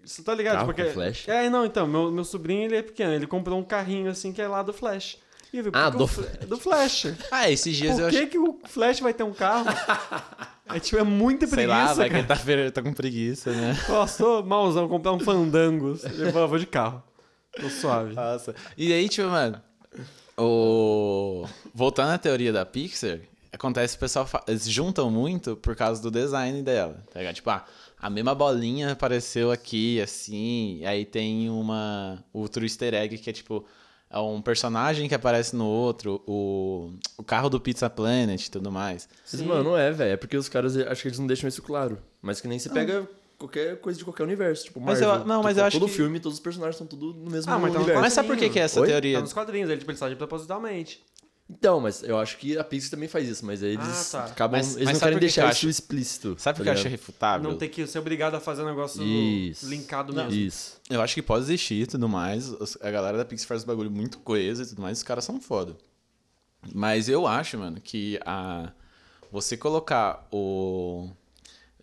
Você tá ligado?
Carro
Porque...
pro Flash?
É, não, então. Meu, meu sobrinho, ele é pequeno. Ele comprou um carrinho assim que é lá do Flash. E eu vi, por
Ah,
que
do
o Fla- do
[laughs]
Flash.
Ah, esses dias eu
Por
achei...
que, que o Flash vai ter um carro? é tipo, é muita
Sei
preguiça,
lá, vai
cara.
que tá, fer- tá com preguiça, né?
Nossa, tô malzão, comprar um fandango. Eu vou- eu vou de carro. Tô suave.
Ah,
Tá
Nossa. E aí, tipo, mano, o... voltando à teoria da Pixar, acontece que o pessoal fa... eles juntam muito por causa do design dela, tá ligado? Tipo, ah, a mesma bolinha apareceu aqui, assim, e aí tem uma outro easter egg que é tipo é um personagem que aparece no outro, o, o carro do Pizza Planet e tudo mais.
Mas, mano, não é, velho. É porque os caras, acho que eles não deixam isso claro. Mas que nem se pega qualquer coisa de qualquer universo. Tipo,
Mas
Marvel.
eu- não,
Tu-
mas eu acho
Todo
que-
filme, todos os personagens estão tudo no mesmo
Ah, mas tá no
universo.
Mas sabe por que, que é essa
Oi?
teoria?
Tá nos quadrinhos, ele, tipo, ele sai de propositalmente.
Então, mas eu acho que a Pixar também faz isso. Mas aí eles
Ah, tá.
acabam...
Mas-
eles
mas
não
sabe por que que
querem
eu
deixar
acho-
isso explícito.
Sabe o
tá
que eu acho
ligado?
refutável?
Não ter que ser obrigado a fazer um negócio
Isso.
linkado
Não.
mesmo.
Isso.
Eu acho que pode existir e tudo mais. Os- A galera da Pixar faz bagulho muito coeso e tudo mais. Os caras são foda. Mas eu acho, mano, que a... você colocar o.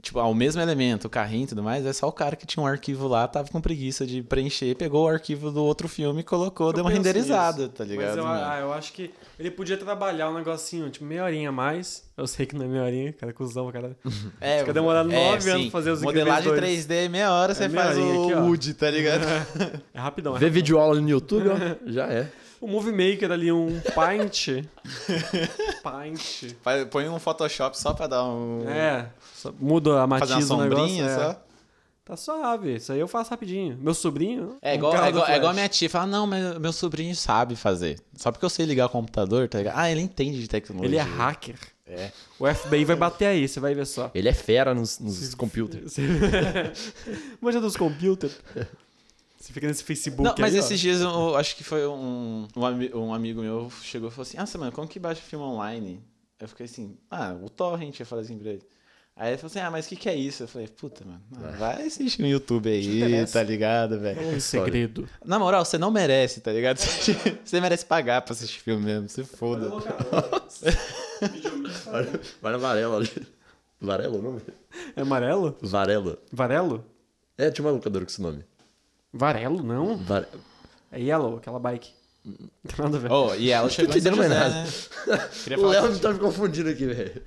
Tipo, ah, o mesmo elemento, o carrinho e tudo mais, é só o cara que tinha um arquivo lá, tava com preguiça de preencher, pegou o arquivo do outro filme, colocou,
Eu
deu uma
penso
renderizada,
nisso.
tá ligado?
Mas eu,
mano?
ah, eu acho que ele podia trabalhar um negocinho, tipo, meia horinha a mais. Eu sei que não é meia horinha, cara,
[laughs]
cuzão, cara.
É,
fica demorando nove anos
sim.
fazer os
Modelagem
Incríveis
3D, é meia hora você
meia
faz
horinha
o
aqui, ó.
Wood, tá
[laughs]
ligado?
É rapidão. É
Vê
rapidão.
videoaula no YouTube, ó. [laughs] Já é.
O Movie Maker ali, um [laughs] Paint. paint.
Faz- Põe um Photoshop só pra dar um.
É, só muda a
fazer uma
matiz do negócio.
sombrinha
É.
só.
Tá suave, isso aí eu faço rapidinho. Meu sobrinho...
É
um
igual,
carro
é,
do
igual, é
Flash.
igual a minha tia fala, não, mas meu sobrinho sabe fazer. Só porque eu sei ligar o computador, tá ligado? Ah, ele entende de tecnologia.
Ele é hacker.
É.
O FBI vai bater aí, você vai ver só.
Ele é fera
[laughs]
nos, nos computers.
Você- Manja dos computer. Você fica nesse Facebook
Não, mas
aí, ó.
esses dias eu- eu acho que foi um, um, ami- um amigo meu chegou e falou assim: Ah, mano, como que baixa filme online? Eu fiquei assim: Ah, o torrent, eu falei assim pra ele. Aí ele falou assim: Ah, mas o que, que é isso? Eu falei: Puta, mano, ah, vai assistir no YouTube
[laughs]
aí,
É. interessa.
tá ligado, velho?
Um segredo.
Na moral, você não merece, tá ligado? [laughs] você merece pagar pra assistir filme mesmo, se foda.
Vai na Varela ali. Varela o nome?
É amarelo?
Varela.
Varelo?
É, tinha uma locadora com esse nome.
Varelo, não.
Vare...
É yellow, aquela bike. Não tem nada a ver.
Oh, e ela chegou em São
entendendo
José,
mais
né?
nada. [laughs]
Queria
O
falar
Léo me tá me confundindo aqui, velho.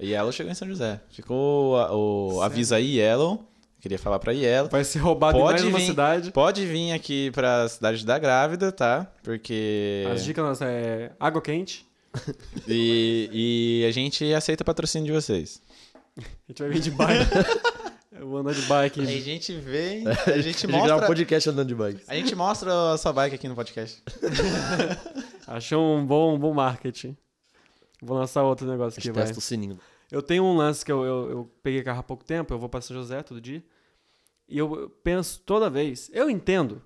E Yellow chegou em São José. Ficou a- o avisa aí Yellow. Queria falar pra Yellow.
Vai ser roubado
Pode
em mais
vir.
uma cidade.
Pode vir aqui pra cidade da grávida, tá? Porque
As dicas nossas é água quente.
[laughs] e, e a gente aceita patrocínio de vocês.
A gente vai vir
[laughs]
de bike. Eu vou andar de bike.
A gente vem, a gente
Ele grava um
mostra,
podcast andando de bike.
a gente mostra a sua bike aqui no podcast.
Achou um bom, um bom marketing. Vou lançar outro negócio
A
aqui,
gente
vai.
testa o sininho.
Eu tenho um lance que eu, eu, eu peguei carro há pouco tempo, eu vou pra São José todo dia. E eu eu penso toda vez, eu entendo.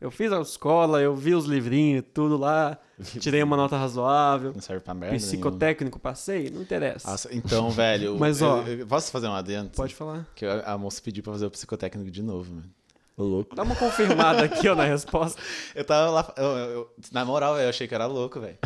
Eu fiz a escola, eu vi os livrinhos,
[laughs]
tudo lá, tirei uma nota razoável,
Não serve pra merda. nenhuma.
psicotécnico passei, não interessa.
Nossa, então, velho,
Mas,
eu-
ó,
eu- eu- posso fazer um adendo?
Pode falar.
Que a a moça pediu pra fazer o psicotécnico de novo, mano.
Ô, louco.
Dá uma confirmada aqui, ó, na resposta.
Eu tava lá. eu- eu- na moral, eu achei que eu era louco,
[laughs]
velho.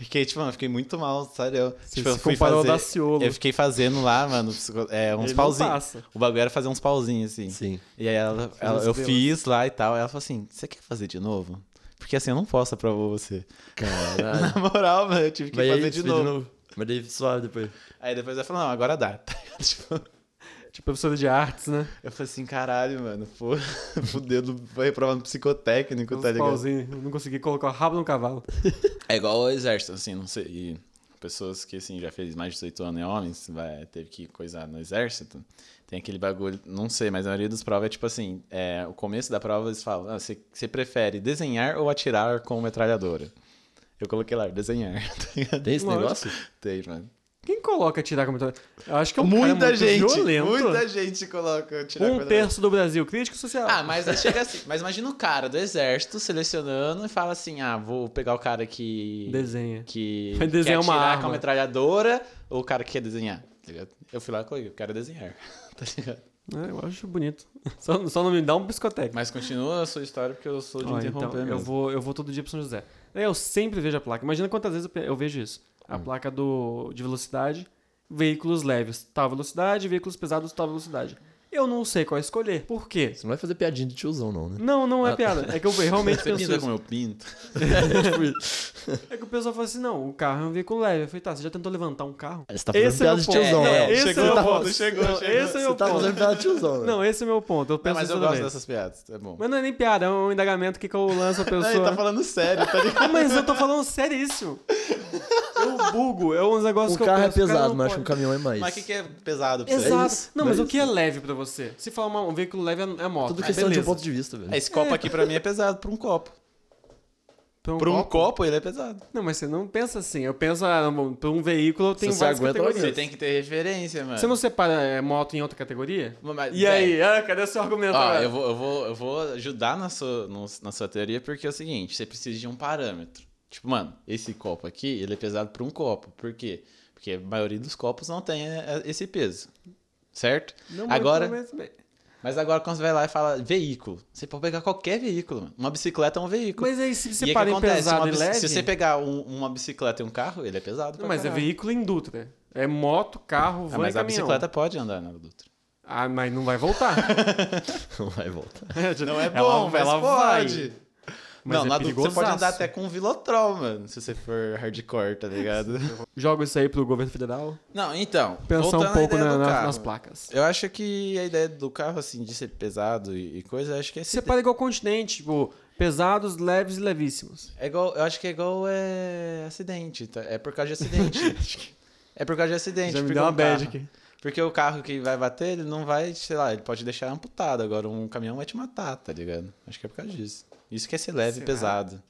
fiquei, tipo, mano, fiquei muito mal, sério. Eu,
Você
tipo, eu
se
fui
comparou
fazer.
ao Daciolo.
Eu fiquei fazendo lá, mano, psico- é, uns
Ele não
pauzinhos.
passa.
O bagulho era fazer uns pauzinhos, assim. [laughs]
Sim.
E aí ela, ela-
uns
eu
dedos.
fiz lá e tal. Ela falou assim: você quer fazer de novo? Porque assim, eu não posso aprovar você.
Caralho.
[laughs] Na moral, mano, eu tive que
Mas aí,
fazer de
fez
novo.
Mas daí suave depois.
Aí depois ela falou, não, agora dá. [laughs] tá ligado? Tipo,
Tipo, professora de artes, né?
eu falei assim, caralho, mano, pô, [laughs] fudeu, não- foi reprovado no psicotécnico,
Os
tá ligado?
pauzinhos, eu não consegui colocar o rabo no cavalo.
É igual ao exército, assim, não sei. e pessoas que, assim, já fez mais de 18 anos e homens, vai, teve que coisar no exército. Tem aquele bagulho, não sei, mas a maioria das provas é tipo assim: é, o começo da prova eles falam, ah, você você prefere desenhar ou atirar com metralhadora? Eu coloquei lá, desenhar. [laughs] tá ligado?
Tem esse
Lógico.
negócio?
Tem, mano.
Quem coloca tirar como vitória? Eu acho que é um cara
muita
muito
gente,
violento.
muita gente coloca tirar
um
com-
terço do Brasil, crítico social.
Ah, mas aí chega assim. Mas imagina o cara do exército selecionando e fala assim: ah, vou pegar o cara que.
Desenha.
que
Vai desenhar
quer
uma
atirar
arma.
com a metralhadora ou o cara que quer desenhar. tá ligado? Eu fui lá e coloquei, eu quero desenhar. [laughs] Tá ligado?
É, eu acho bonito. [laughs] Só, só não me dá um biscoteca.
Mas continua a sua história porque eu sou de
Ó,
interromper
então,
mesmo.
eu vou, eu vou todo dia pro São José. É, Eu sempre vejo a placa. Imagina quantas vezes eu pe- eu vejo isso. A placa do, de velocidade, veículos leves, tal velocidade, veículos pesados, tal velocidade. Eu não sei qual escolher. Por quê?
Você não vai fazer piadinha de tiozão, não, né?
Não, não é
Ah,
piada. É que
[laughs]
eu realmente
Você
penso
pinta
isso.
como eu pinto?
É que o pessoal fala assim, não, o carro é um veículo leve. Eu falei, tá, você já tentou levantar um carro?
Você tá
Esse
fazendo piada
é o
de
ponto.
tiozão,
É,
né?
esse
Você
é o
tá
ponto.
falando, chegou,
Não,
chegou.
Esse é meu
tá fazendo
ponto.
piada de tiozão, né?
Não, esse é meu ponto. Eu penso
mas
isso
eu
toda
gosto
vez.
dessas piadas, é bom.
Mas não é nem piada, é um indagamento que que eu lanço a pessoa.
ele tá falando sério, tá ligado?
Ah, mas eu tô falando seríssimo. Eu bugo, é uns negócios
Um
que eu
carro é
penso, o cara
pesado,
não
mas acho que um
pode.
caminhão é mais.
Mas o que, que é pesado pra você?
É
Exato.
isso,
não, mas
é
o que é leve pra você? Se falar uma- um veículo leve é é moto.
Tudo
Ah,
questão de um
beleza.
ponto de vista, velho.
Esse copo aqui pra mim é pesado, pra um copo.
Pra um
Pra um
copo?
copo ele é pesado.
Não, mas você não pensa assim. Eu penso, ah, não, bom, pra um veículo eu tenho
você
várias
aguenta,
categorias.
Você tem que ter referência, mano.
Você não separa é, moto em outra categoria?
Mas,
E
véi,
aí? Ah, cadê seu argumento
Ó,
agora?
eu vou, eu vou, eu vou ajudar na sua, no- na sua teoria, porque é o seguinte, você precisa de um parâmetro. Tipo, mano, esse copo aqui, ele é pesado por um copo. Por quê? Porque a maioria dos copos não tem eh, esse peso. Certo?
Não, mas-
agora, mas...
mas-
agora quando você vai lá e fala veículo, você pode pegar qualquer veículo, mano. Uma bicicleta é um veículo.
Mas aí,
E
se
aí
você
o
para
que
em
acontece?
pesado
Uma
e
bici-
leve...
Se você pegar um- uma bicicleta e um carro, ele é pesado.
Não,
pra
mas é
caralho.
veículo um. em Dutra. É moto, carro,
Ah,
van
mas
e
a
caminhão.
bicicleta pode andar na Dutra.
Ah, mas não
[laughs]
vai voltar.
Não vai voltar.
Não é
Ela-
bom, mas
ela vai.
pode.
Mas
não,
é
na dúvida você pode
perigosaço.
andar até com um Vilotrol, mano, se você for hardcore, tá ligado?
Joga isso aí pro governo federal.
[laughs] não, então,
Pensar um
voltando à
pouco
ideia
na-
do
na-
carro.
nas placas.
Eu acho que a ideia do carro, assim, de ser pesado e, e coisa, eu acho que é... essa
Separa igual continente, tipo, pesados, leves e levíssimos.
ideia. É igual, eu acho que é igual é, acidente, tá? É por causa de
[laughs]
acidente. é por causa de acidente.
Já me
porque
deu uma
um carro-
bad aqui.
Porque o carro que vai bater, ele não vai, sei lá, ele pode deixar amputado. Agora um caminhão vai te matar, tá ligado? Acho que é por causa disso. Isso que é ser leve e
Será?
pesado.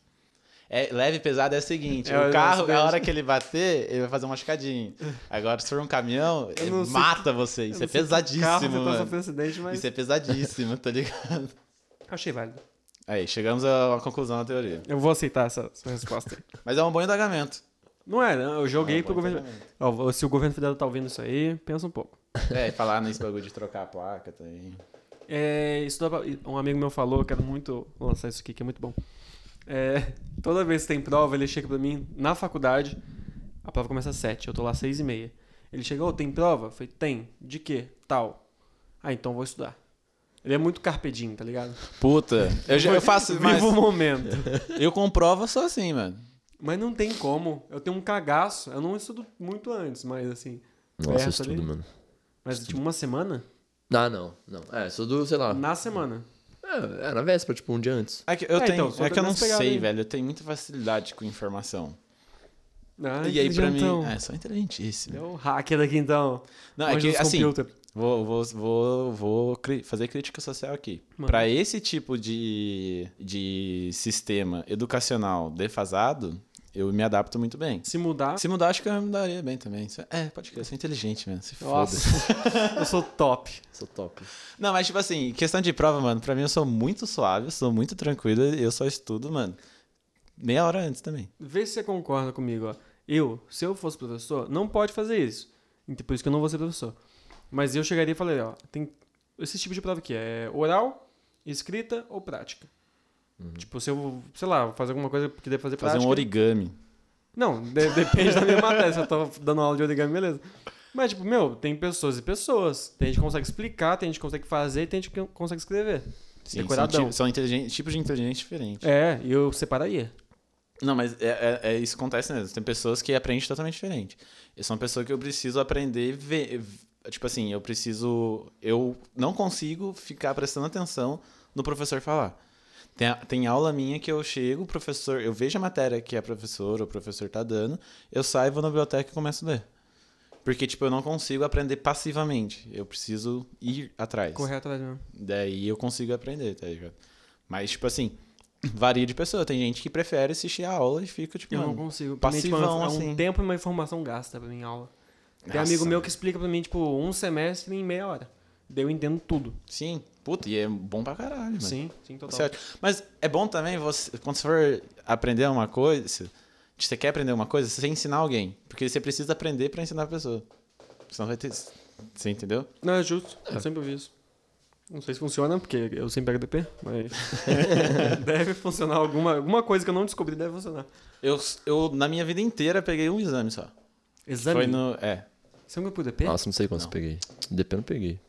É, leve e pesado é o seguinte,
[laughs] É,
o
eu
carro,
gosto
na
desse.
hora que ele bater, ele vai fazer um machucadinho. Agora, se for um caminhão, ele
não sei
mata você. Isso é
Carro,
pesadíssimo,
você tá
mano.
sofrendo acidente, mas...
Isso é pesadíssimo, tá
[laughs]
ligado?
Achei válido.
Aí, chegamos à à conclusão da teoria.
Eu vou aceitar essa, essa resposta aí.
Mas é um bom indagamento.
Não é, não, eu joguei
É um
pro
bom
governo...
indagamento.
Ó, se o governo federal tá ouvindo isso aí, pensa um pouco.
É, e falar nesse bagulho de trocar a placa também.
É, isso dá pra... Um amigo meu falou, eu quero muito lançar isso aqui, que é muito bom. É, toda vez que tem prova, ele chega pra mim na faculdade. A prova começa às 7, eu tô lá às 6 e meia. Ele chegou, tem prova? Eu falei, tem. De quê? Tal. Ah, então vou estudar. Ele é muito carpedinho, tá ligado?
Puta, eu, já- [laughs] eu
[laughs]
faço, mas
Viva o momento.
eu comprova só assim, mano.
Mas não tem como. Eu tenho um cagaço. Eu não estudo muito antes, mas assim.
Nossa,
É, tá
Essa
estudo,
ali?
mano.
Mas tipo uma semana?
Ah, não, não. É, estudo, sei
Ah.
lá.
Na semana.
É, é, na véspera, tipo, um dia antes.
É que eu,
É,
tenho,
então, só
é que eu não
nessa pegada
sei,
aí.
velho. Eu tenho muita facilidade com informação.
Ah,
e aí, pra mim.
inteligentão.
Ah, É, sou inteligentíssimo.
É o hacker daqui então.
Não, é
Anjo
que
dos
assim.
computer.
Vou, vou, vou, vou cri- fazer crítica social aqui.
Manda.
Pra esse tipo de, de sistema educacional defasado, eu me adapto muito bem.
Se mudar.
Se mudar, acho que eu me daria bem também. Isso é- É, pode crer, eu sou inteligente mesmo. Se foda.
Nossa, [laughs] eu sou top.
Sou top.
Não, mas tipo assim, questão de prova, mano, pra mim eu sou muito suave, eu sou muito tranquilo, eu só estudo, mano, meia hora antes também.
Vê se você concorda comigo, ó. Eu, se eu fosse professor, não pode fazer isso. Então, por isso que eu não vou ser professor. Mas eu chegaria e falei, ó, tem esse tipo de prova aqui. É oral, escrita ou prática. Tipo, se eu, sei lá, vou fazer alguma coisa que deve fazer,
Uhum. Fazer
prática.
um origami.
Não, de- depende da minha matéria. Se eu tô dando aula de origami, beleza. Mas, tipo, meu, tem pessoas e pessoas. Tem gente que consegue explicar, tem gente que consegue fazer, tem gente que consegue escrever.
Sim, são,
Decoradão.
tipos- são inteligen- tipos de inteligência diferentes.
É, e eu separaria.
Não, mas é, é- é- isso acontece mesmo. Tem pessoas que aprendem totalmente diferente. Eu sou uma pessoa que eu preciso aprender ver. Tipo assim, eu preciso. Eu não consigo ficar prestando atenção no professor falar. Tem, a- tem aula minha que eu chego, o professor, eu vejo a matéria que a professora, o professor tá dando, eu saio, vou na biblioteca e começo a ler. Porque, tipo, eu não consigo aprender passivamente. Eu preciso ir atrás.
Correr atrás mesmo.
Daí eu consigo aprender, tá ligado? Mas, tipo assim, varia de pessoa. Tem gente que prefere assistir a aula e fica, tipo,
Eu não
mano,
consigo.
passivão,
Passivão, é um
assim. né?
tempo e uma informação gasta pra mim em aula. Tem amigo meu que explica pra mim, tipo, um semestre em meia hora. Daí eu entendo tudo.
Sim, puta, e é bom pra caralho, mano.
Sim, sim, total.
Certo. Mas é bom também você, quando você for aprender uma coisa, se você quer aprender uma coisa, você ensinar alguém. Porque você precisa aprender pra ensinar a pessoa. Senão vai ter. Você entendeu?
Não, é justo. Eu sempre ouvi isso. Não sei se funciona, porque eu sempre pego DP,
[laughs]
mas. deve funcionar. Alguma, alguma coisa que eu não descobri deve funcionar.
Eu, eu, na minha vida inteira, peguei um exame só.
Exame?
Foi no. É.
Você nunca pegou DP?
Nossa, não sei quantos eu peguei. DP eu não peguei.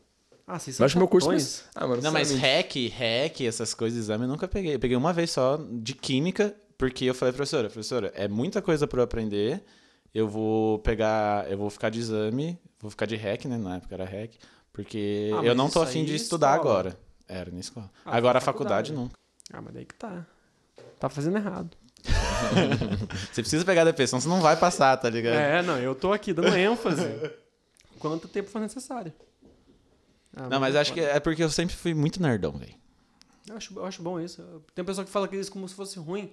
Ah, vocês
Eu
são
acho que meu curso.
chatões.
Mas... Ah, mano,
Não, mas
sabe?
REC, REC, essas coisas, exame, eu nunca peguei. Eu peguei uma vez só de química, porque eu falei, professora, professora, é muita coisa pra eu aprender. Eu vou pegar, eu vou ficar de exame, vou ficar de REC, né? Na época era REC, porque
Ah, mas
eu não tô
isso
afim
aí
de
é
estudar
escola.
agora. Era na escola.
Ah,
agora a
foi faculdade,
faculdade, nunca.
Ah, mas daí que tá. Tá fazendo errado.
Você precisa pegar DP, senão você não vai passar, tá ligado?
É, não, eu tô aqui dando ênfase. Quanto tempo for necessário. Ah,
Não, mas
é
acho que é porque eu sempre fui muito nerdão, velho.
foda. Eu acho, eu acho bom isso. Tem pessoa que fala que isso como se fosse ruim.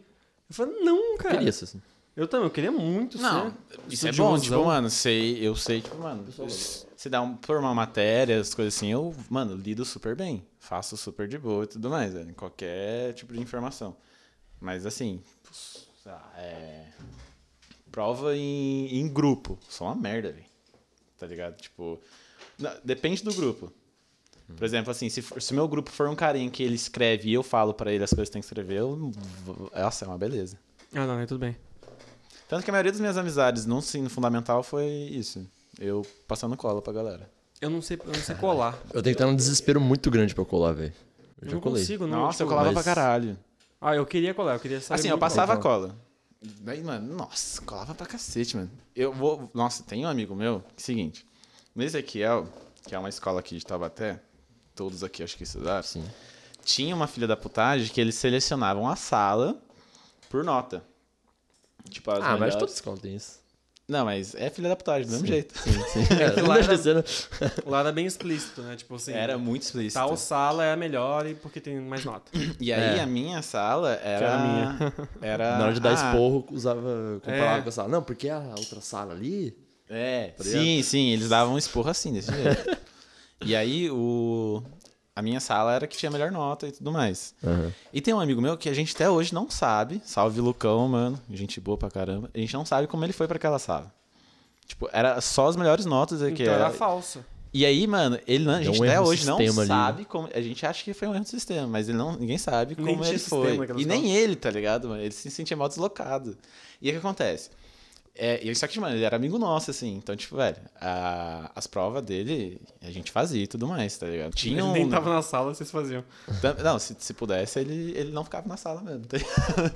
Eu falo, não, cara.
Queria isso, assim.
Eu também, eu queria muito
Não,
ser.
isso é
Estudiosão.
bom, tipo, mano, sei, eu sei, tipo, mano, se dá um, por uma matéria, as coisas assim, eu, mano, lido super bem, faço super de boa e tudo mais, velho, em qualquer tipo de informação. Mas assim, sei lá, é, prova em, em grupo, só uma merda, velho, tá ligado? Tipo, na- depende do grupo.
Uhum.
Por exemplo, assim, se, for- se meu grupo for um carinha que ele escreve e eu falo pra ele as coisas que tem que escrever, eu, nossa, é uma beleza.
Ah, não, é tudo bem.
Tanto que a maioria das minhas amizades no ensino fundamental foi isso. Eu passando cola pra galera.
Eu não sei, eu não sei colar.
Eu tenho que estar num desespero muito grande pra eu colar, velho.
Eu
Eu já
não
colei.
consigo, não.
Nossa, eu
tipo,
colava
mas-
pra caralho.
Ah, eu queria colar, eu queria saber.
Assim, eu
muito
passava
então.
cola. Daí, mano, nossa, colava pra cacete, mano. Eu vou. Nossa, tem um amigo meu, que é o seguinte. No Ezequiel, que é uma escola aqui de Taubaté, todos aqui acho que estudaram,
Sim.
tinha uma filha da putagem que eles selecionavam a sala por nota. Tipo, as
Ah, mas
melhores-
toda escola tem isso.
Não, mas é filha da putagem, do mesmo
Sim.
jeito.
Sim, sim. É,
lá
não deixa
era-
de ser, né?
colar. Lá era bem explícito, né? Tipo assim,
então. Era muito explícito.
tal sala é a melhor e porque tem mais nota.
E aí
É.
a minha sala era.
era
[laughs] era-
Na hora de dar
ah,
esporro, usava. Comparava
É.
com a sala. Não, porque a outra sala ali.
É,
tá ligado?
sim, sim, eles davam um esporro assim, desse jeito. e aí o. A minha sala era que tinha a melhor nota e tudo mais. E tem um amigo meu que a gente até hoje não sabe, salve Lucão, mano, gente boa pra caramba, a gente não sabe como ele foi pra aquela sala. Tipo, era só as melhores notas aqui. é-
então era falso.
E aí, mano, ele não- a
Deu
gente
um
até
erro no
hoje não
sistema ali, né?
sabe como. A gente acha que foi um erro do sistema, mas ele não, ninguém sabe
Nem
como
tinha
ele
sistema
foi.
naquela
E
escola.
nem ele, tá ligado, mano? Ele se sentia mal deslocado. E o que acontece? É, e só que, mano, ele era amigo nosso, assim. Então, tipo, velho, a- as provas dele a gente fazia e tudo mais, tá ligado? Tinha
Ele
um.
nem tava na sala, vocês faziam.
Tam- Não, se, se pudesse, ele, ele não ficava na sala mesmo. [laughs] tá ligado?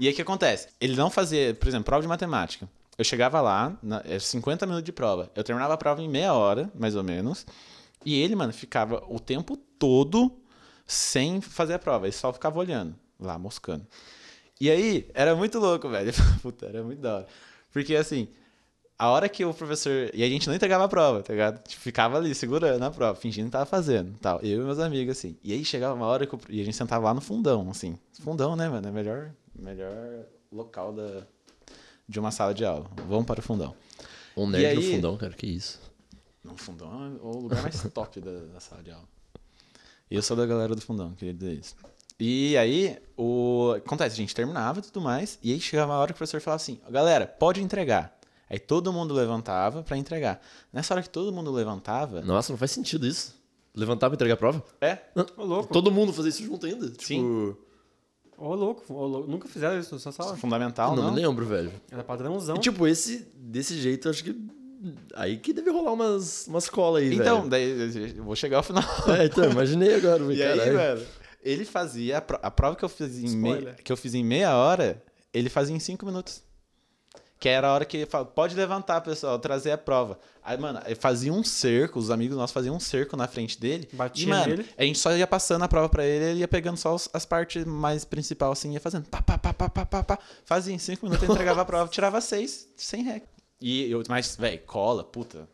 e aí o que acontece? Ele não fazia, por exemplo, prova de matemática. Eu chegava lá, na, é 50 minutos de prova. Eu terminava a prova em meia hora, mais ou menos. E ele, mano, ficava o tempo todo sem fazer a prova. Ele só ficava olhando, lá, moscando. E aí, era muito louco, velho. [laughs] Puta, era muito da hora. Porque assim, a hora que o professor. E a gente não entregava a prova, tá ligado? Tipo, ficava ali segurando a prova, fingindo que tava fazendo tal. Eu e meus amigos, assim. E aí chegava uma hora que. o- E a gente sentava lá no fundão, assim. Fundão, né, mano? É o melhor, melhor local da... de uma sala de aula. Vamos para o fundão.
Um
E
nerd no
aí-
fundão, cara, que isso.
Não, fundão é o lugar
[laughs]
mais top da, da sala de aula. E eu sou da galera do fundão, queria dizer isso. E aí, o... acontece, a gente terminava e tudo mais, e aí chegava a hora que o professor falava assim, galera, pode entregar. Aí todo mundo levantava pra entregar. Nessa hora que todo mundo levantava...
Nossa, não faz sentido isso. Levantar pra entregar a prova?
É?
Ô, louco.
Todo mundo fazer isso junto ainda? Tipo,
Sim.
Ô, louco. Ô, louco. Nunca fizeram isso na sua sala?
Fundamental,
eu
não?
não me lembro, velho.
Era padrãozão.
E, tipo, esse desse jeito, acho que. Aí que deve rolar umas, umas colas aí,
então,
velho.
daí eu vou chegar ao final.
[laughs] É, então, imaginei agora,
E
caralho.
aí, mano, ele fazia... A, pro- a prova que eu, fiz em meia,
Spoiler.
que eu fiz em meia hora, ele fazia em cinco minutos. Que era a hora que ele falava, pode levantar, pessoal, trazer a prova. Aí, mano, ele fazia um cerco, os amigos nossos faziam um cerco na frente dele.
Batia
e, mano,
nele.
a gente só ia passando a prova pra ele, ele ia pegando só os- as partes mais principais, assim, ia fazendo. Pá, pá, pá, pá, pá, pá, pá. Fazia em cinco minutos, entregava a prova, tirava seis, sem rec. E eu, mas, velho, cola, puta,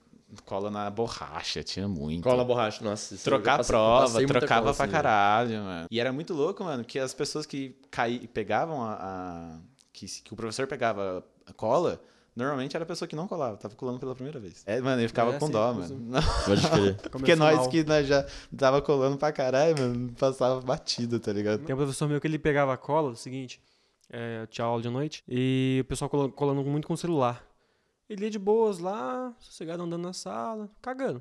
cola na borracha, tinha muito.
Cola borracha, nossa. isso é eu já
Trocar
passei-
prova,
passei muita
trocava
cola,
pra
assim,
caralho, mano. E era muito louco, mano, que as pessoas que caí, pegavam a. a- que, se- que o professor pegava a cola, Normalmente era a pessoa que não colava, tava colando pela primeira vez. É, mano, eu ficava
É,
com
sim,
dó,
inclusive.
mano. Não,
Pode crer.
porque nós
mal.
que nós já tava colando pra caralho, mano, passava batido, tá ligado?
Tem um professor meu que ele pegava a cola, o seguinte, é, eu tinha aula de noite, e o pessoal colo- colando muito com o celular. Ele ia de boas lá, sossegado andando na sala, cagando.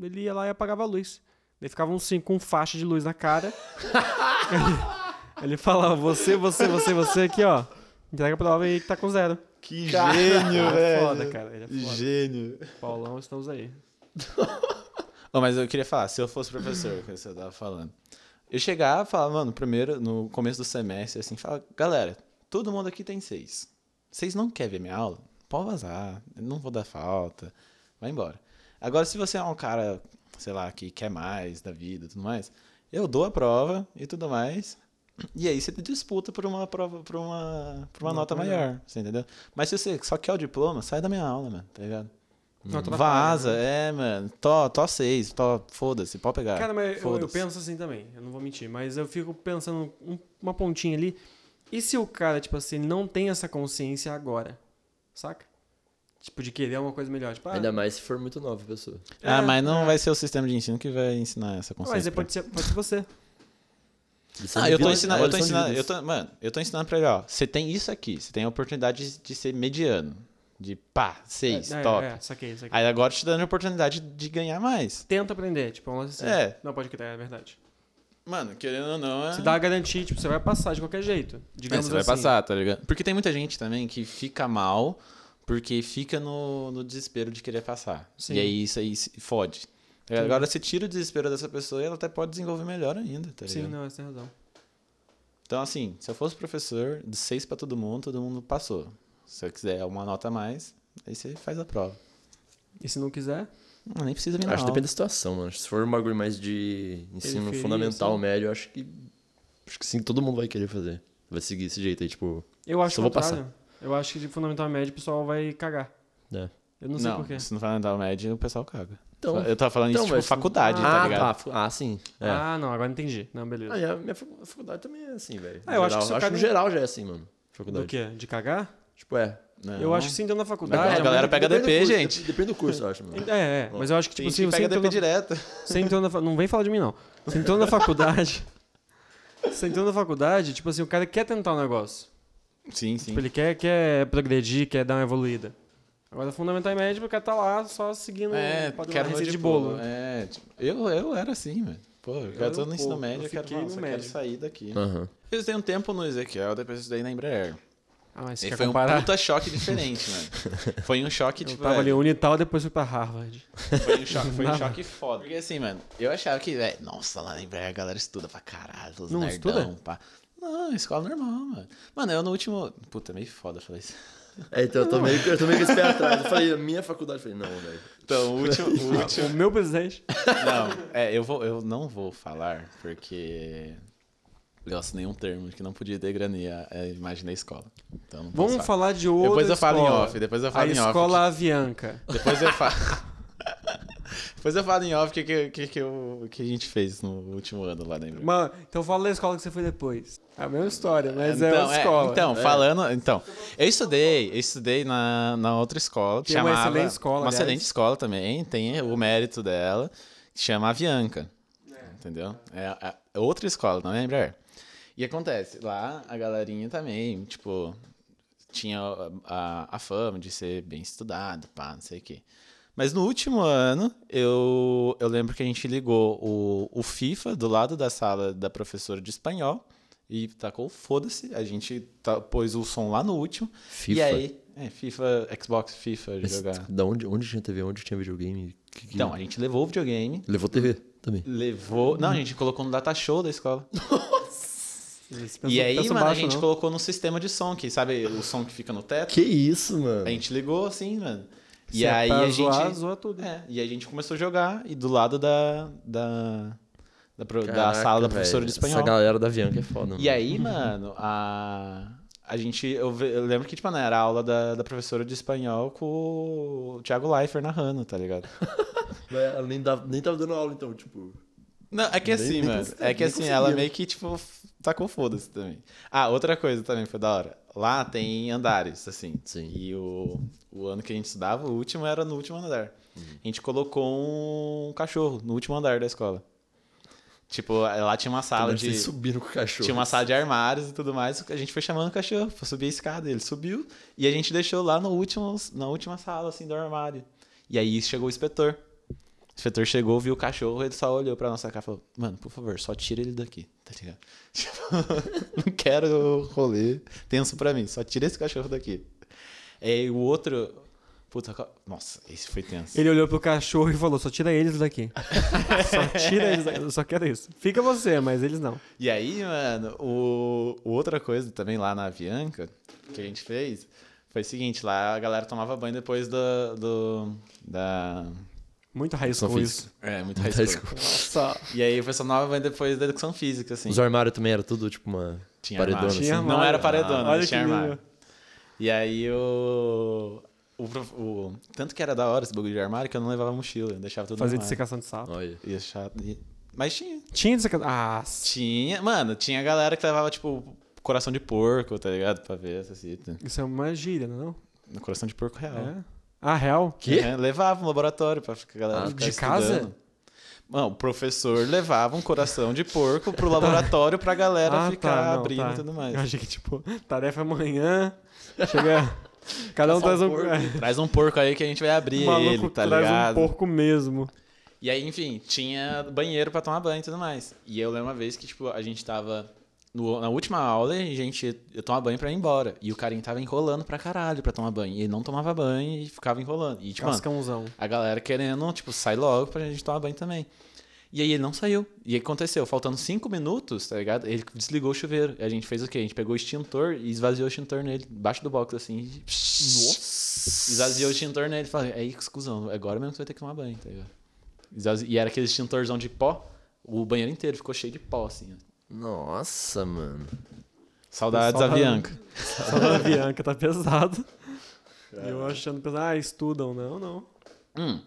Ele ia lá e apagava a luz. Daí ficava um cinco com faixa de luz na cara. ele, ele falava, você, você, você, você aqui, ó. Entrega a prova aí que tá com zero.
Que
Ele
gênio,
é
velho.
foda, cara. Ele é foda.
Gênio.
Paulão, estamos aí.
Ô, mas eu queria falar, se eu fosse professor, que você tava falando. Eu chegava e falava, mano, primeiro, no começo do semestre, assim, fala, galera, todo mundo aqui tem seis. Vocês não querem ver minha aula? Pode vazar, eu não vou dar falta, vai embora. Agora, se você é um cara, sei lá, que quer mais da vida e tudo mais, eu dou a prova e tudo mais. [clears throat] E aí você disputa por uma prova, por uma, por uma nota
Nota
maior,
maior.
você entendeu? Mas se você só quer o diploma, sai da minha aula, mano, tá ligado?
Não atrapalha,
Vaza, é, mano. Tó, tó seis, tó, foda-se, pode pegar.
Cara, mas eu, eu
É, foda-se.
penso assim também, eu não vou mentir, mas eu fico pensando um- uma pontinha ali. E se o cara, tipo assim, não tem essa consciência agora? Saca? Tipo, de querer uma coisa melhor. Tipo, ah,
Ainda mais se for muito nova a pessoa.
Ah,
é,
mas não
é.
vai ser o sistema de ensino que vai ensinar essa consciência. né?
Mas é,
pra
pode ser, pode
[laughs]
ser você.
Lição
Ah,
de
eu tô
vida,
ensinando,
né?
eu tô
avaliação de
ensinando,
vidas.
eu tô, mano, eu tô ensinando pra ele, ó, você tem isso aqui, você tem a oportunidade de, de ser mediano, de pá, seis,
é,
top.
É, é, saquei, saquei.
Aí agora eu te dando a oportunidade de ganhar mais.
Tenta aprender, tipo, um lance assim.
É.
Não, pode crer, é verdade.
Mano, querendo ou não, é...
Se dá a garantia, tipo, você vai passar de qualquer jeito.
É,
Digamos
você vai
assim.
passar, tá ligado? Porque tem muita gente também que fica mal porque fica no, no desespero de querer passar.
Sim.
E aí isso aí se fode. Tá ligado?
Sim.
Agora você tira o desespero dessa pessoa e ela até pode desenvolver melhor ainda, tá ligado?
Sim, não, você tem razão.
Então, assim, se eu fosse professor, de seis pra todo mundo, todo mundo passou. Se eu quiser uma nota a mais, aí você faz a prova.
E se não quiser,
Não, nem precisa vir na
Acho que
aula.
depende da situação, mano. Se for um bagulho mais de ensino
Periferia,
fundamental,
assim.
médio, eu acho que. Acho que sim, todo mundo vai querer fazer. Vai seguir esse jeito aí, tipo.
eu acho
Só
que
vou
Eu acho que de fundamental médio o pessoal vai cagar.
É.
Eu não sei
não,
porquê.
se não fundamental médio, o pessoal caga.
Então.
eu tava falando
então,
isso, tipo,
mas-
faculdade,
Ah,
tá ligado?
tá. fu- Ah, sim. É. Ah,
Ah, não, agora entendi. Não, beleza.
e a minha facu- a faculdade também é assim, velho.
Ah, eu acho
Geral-
que se o
no
cara-
geral já é assim, mano.
Do
Faculdade.
quê? De cagar?
Tipo, é.
Não.
Eu acho que se entrou na faculdade.
Mas Ah, a
é
galera
muito-
pega
Depende do
DP,
curso,
gente.
dep- Depende do curso, eu acho, mano.
É, é, mas eu acho que,
Tem
tipo
gente
assim,
que
você
pega
entrou,
DP
na...
direto. [laughs]
você entrou na fa- Não vem falar de mim, não. Você entrou na faculdade. [laughs] você entrou na faculdade, tipo assim, o cara quer tentar um negócio.
Sim, sim.
Tipo, ele quer, quer progredir, quer dar uma evoluída. Agora, fundamental e médio, o cara tá lá só seguindo
É,
o padrão da
quero
receita
meu
de né?
diploma.
bolo.
É, tipo, eu, eu era assim, mano. Pô, eu,
era
tô
um
no ensino
pouco,
médio,
eu
eu quero,
fiquei no
nossa, eu quero
médio.
sair daqui.
Aham.
Eu estudei um tempo no Ezequiel, depois eu estudei na Embraer.
Ah, mas você
E
quer
foi um
comparar?
puta choque diferente,
[laughs]
mano. Foi um choque,
Eu
tipo...
tava ali
velho,
unital, depois fui pra Harvard.
Foi um choque,
[laughs]
foi um choque foda. Porque assim, mano, eu achava que, velho, nossa, lá na Embraer a galera estuda pra caralho, os
Não
nerdão,
estuda?
pá. Não, escola normal, mano. Mano, eu no último... Puta, meio foda falar isso.
É, então eu tô meio, eu tô meio com esse pé atrás. Eu falei, a minha faculdade. Eu falei, não, velho.
Então, o [laughs] último... o último-
O
[laughs]
meu presidente.
Não, é, eu, vou, eu não vou falar, porque eu assinei um termo que não podia degranear a imagem da escola. Então, não posso
Vamos falar de outra
Depois eu falo em
escola.
off, depois eu falo
A
em off.
escola Avianca.
Depois eu falo. [laughs] Depois eu falo em off o que, que, que, que, eu- que a gente fez no último ano lá dentro.
Mano, então fala da escola que você foi depois. É a mesma história, mas é
então,
outra escola.
então,
É.
falando. Então, eu estudei, eu estudei na, na outra escola. Que
Tem uma
chamava,
excelente escola,
Uma
aliás.
excelente escola também, tem o mérito dela, que chama Avianca. Entendeu? É, a- é outra escola, não é Embraer. E acontece, lá a galerinha também, tipo, tinha a, a- a fama de ser bem estudado, pá, não sei o quê. Mas no último ano, eu, eu lembro que a gente ligou o, o FIFA do lado da sala da professora de espanhol e tacou foda-se. A gente ta- pôs o som lá no último.
FIFA.
E aí, é, FIFA, Xbox, FIFA,
Mas
jogar.
Da onde, onde tinha TV? Onde tinha videogame? Que, que...
Então, a gente levou o videogame,
Levou TV também.
levou. Não, a gente colocou no data show da escola.
Eles pensam-
E aí,
pensam
mano, a
baixo,
gente
não.
colocou no sistema de som, que sabe o som que fica no teto?
Que isso, mano.
A gente ligou assim, mano. E
Se é
aí
pra
a
zoar,
gente.
zoa tudo.
É, e a gente começou a jogar e do lado da. da, da, pro- da
Caraca,
sala da professora
velho,
de espanhol.
Essa galera da Avianca é foda,
E
[laughs]
aí, mano, a. A gente. Eu, ve- eu lembro que, tipo, mano, era a aula da, da professora de espanhol com o Thiago Leifert narrando, tá ligado?
Ela nem, dava- nem tava dando aula, então, tipo.
Não, é que
Nem-
assim,
nem
mano.
consegui-
É que
nem
assim,
conseguia,
ela
né?
meio que, tipo, tacou foda-se também. Ah, outra coisa também foi da hora. Lá tem andares, assim.
Sim.
E o, o ano que a gente estudava, o último era no último andar. A gente colocou um cachorro no último andar da escola. Tipo, lá tinha uma sala
Quando
de.
vocês subiram com o cachorro.
Tinha uma sala de armários e tudo mais. A gente foi chamando o cachorro pra subir a escada. Ele subiu e a gente deixou lá no último, na última sala, assim, do armário. E aí chegou o inspetor. O inspetor chegou, viu o cachorro, ele só olhou pra nossa cara e falou: Mano, por favor, só tira ele daqui, tá ligado? [laughs] Tipo, [laughs] não quero rolê tenso pra mim, só tira esse cachorro daqui. É, E o outro. Puta, qual- nossa, esse foi tenso.
Ele olhou pro cachorro e falou: só tira eles [laughs] daqui. só tira eles daqui. Eu só quero isso. Fica você, mas eles não.
E aí, mano, o, o outra coisa também lá na Avianca que a gente fez foi o seguinte: lá a galera tomava banho depois do. do da.
Muito raiz
Só
com
fiz.
isso.
É, muito
Tá
high
escuro.
school. E aí o pessoal tomava banho depois da educação física, assim.
Os armários também era tudo tipo uma
Tinha
paredona.
armário.
assim.
Tinha
Não era paredona,
Ah, olha
tinha
que
armário.
nível.
E aí o. O, prof- o- Tanto que era da hora esse bagulho de armário que eu não levava mochila, eu deixava tudo
Fazer
no armário.
dissecação de sapo.
Olha.
Ia chato. e- Mas tinha.
Tinha dissecação. Ah, s-
Tinha. Mano, tinha galera que levava, tipo, coração de porco, tá ligado? Pra ver essa cita.
isso é uma gíria, não?
Coração de porco real.
É? Ah, real?
Quê?
É, levava um laboratório pra ficar- a galera
Ah,
ficar
de
estudando.
casa?
Não, o professor levava um coração de porco pro laboratório pra galera
Ah,
ficar
tá, não,
abrindo
tá.
e tudo mais.
[laughs] Eu achei que, tipo, tarefa amanhã. Chega.
[laughs]
Cada um traz um. [laughs]
Traz um porco aí que a gente vai abrir
O maluco
ele, tá
traz
ligado?
um porco mesmo.
E aí, enfim, tinha banheiro pra tomar banho e tudo mais. E eu lembro uma vez que, tipo, a gente tava. no- na última aula, a gente ia- ia tomar banho pra ir embora. E o carinha tava enrolando pra caralho pra tomar banho. E ele não tomava banho e ficava enrolando. E, tipo, mano,
[laughs] Cascãozão.
a galera querendo, tipo, sai logo pra gente tomar banho também. E aí ele não saiu. E aí aconteceu, faltando cinco minutos, tá ligado? Ele desligou o chuveiro. E a gente fez o quê? A gente pegou o extintor e esvaziou o extintor nele, embaixo do box, assim. e- Esvaziou o extintor nele. Falei, aí, excusão, agora mesmo que você vai ter que tomar banho, tá ligado? Esvazi- E era aquele extintorzão de pó, o banheiro inteiro ficou cheio de pó, assim. ó.
Nossa, mano.
Saudades da
Pessoal,
Bianca.
Só da Bianca tá pesado. E eu achando pesado. Ah, estudam. Não, não.
Hum.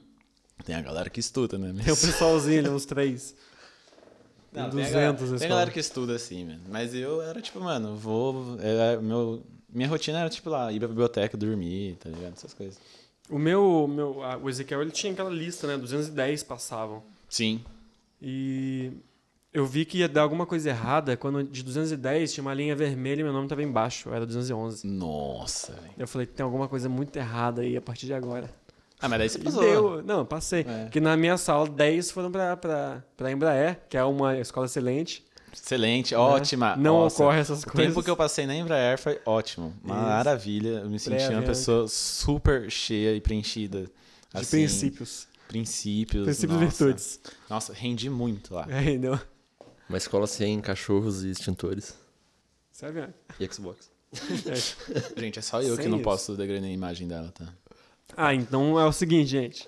Tem a galera que estuda, né?
Tem o pessoalzinho ali, uns três. Tem
Não, tem,
200
a galera-
escola.
tem galera que estuda assim, mano. Mas eu era tipo, mano, vou. era meu, minha rotina era tipo lá, ir pra biblioteca, dormir, tá ligado? Essas coisas.
O meu, o meu ah, o Ezequiel, ele tinha aquela lista, né? 210 passavam.
Sim.
E eu vi que ia dar alguma coisa errada quando de 210 tinha uma linha vermelha e meu nome tava embaixo. Era 211.
Nossa, velho.
Eu falei, tem alguma coisa muito errada aí a partir de agora.
Ah, mas daí você
E
passou.
deu. Não, passei.
É.
Porque na minha sala, 10 foram pra, pra, pra Embraer, que é uma escola excelente.
Excelente,
né?
ótima.
Não
Nossa,
ocorre essas
O
coisas.
tempo que eu passei na Embraer foi ótimo. Maravilha. Eu me senti uma
Pré-avianca.
pessoa super cheia e preenchida.
De
assim,
princípios.
Princípios.
Princípios e
nossa.
virtudes.
Nossa, rendi muito lá.
É, entendeu?
Uma escola sem cachorros e extintores.
Sabe? né?
E Xbox.
É.
Gente, é só eu que
Sem
não
isso.
posso degradar a imagem dela, tá?
Ah, então é o seguinte, gente.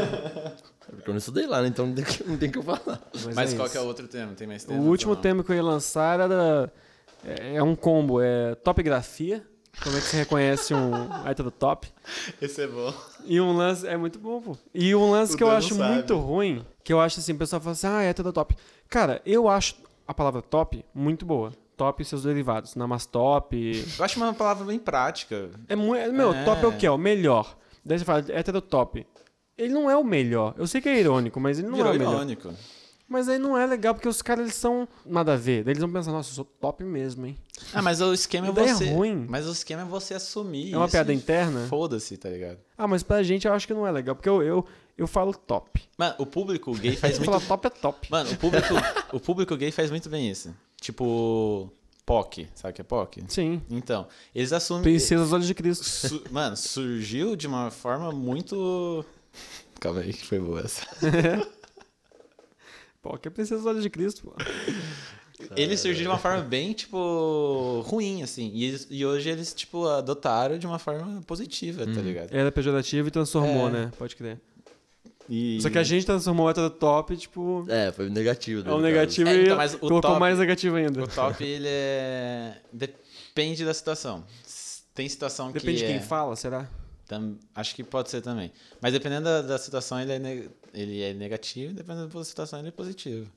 É Porque eu não estudei lá, né? Então não tem que- não tem o que eu falar.
Mas,
Mas
é
qual
isso.
que é o outro tema? Tem mais tema?
O último
Não.
tema que eu ia lançar era. É é um combo, é topografia. Como é que se reconhece
[laughs]
um hétero top?
Esse é bom.
E um lance. É muito bom, pô. E um lance
O
que eu
Dan não
acho
sabe.
muito ruim, que eu acho assim, o pessoal fala assim, ah, hétero top. Cara, eu acho a palavra top muito boa. Top e seus derivados. Namastop.
Eu acho uma palavra bem prática.
É muito. Meu,
É.
top é o quê? É O melhor. Daí você fala, hétero top. Ele não é o melhor. Eu sei que é irônico, mas ele não
Virou
é o melhor.
irônico.
Mas aí não é legal, porque os caras eles são nada a ver. Daí eles vão pensar, nossa, eu sou top mesmo, hein?
Ah, mas o esquema é
Ideia
você.
ruim.
Mas o esquema é você assumir.
É uma
isso
piada
e
interna?
Foda-se, tá ligado?
Ah, mas pra gente eu acho que não é legal, porque eu, eu, eu falo top.
Mano, o público gay faz
[laughs] Se
muito.
falar top é top.
Mano, o público, o público gay faz muito bem isso. Tipo, POC. Sabe o que é POC?
Sim.
Então, eles assumem.
Princesa dos Olhos de Cristo.
Su- Mano, surgiu de uma forma muito. Calma aí, que foi boa essa.
Pô, que é Princesa dos Olhos de Cristo, pô.
Ele surgiu de uma forma bem, tipo, ruim, assim. E, eles- e hoje eles, tipo, adotaram de uma forma positiva, tá ligado?
Era pejorativo é e transformou,
É.
né? Pode crer.
E-
Só que a gente transformou o hétero top, tipo...
É, foi negativo.
É
dele,
um
no
negativo
É, então,
e
mas o
colocou
top-
mais negativo ainda.
O top, ele é. Depende da situação. S- Tem situação que.
Depende de quem
é-
fala, será?
tam- Acho que pode ser também. Mas dependendo da, da situação, ele é, ne- ele é negativo, e dependendo da situação, ele é positivo.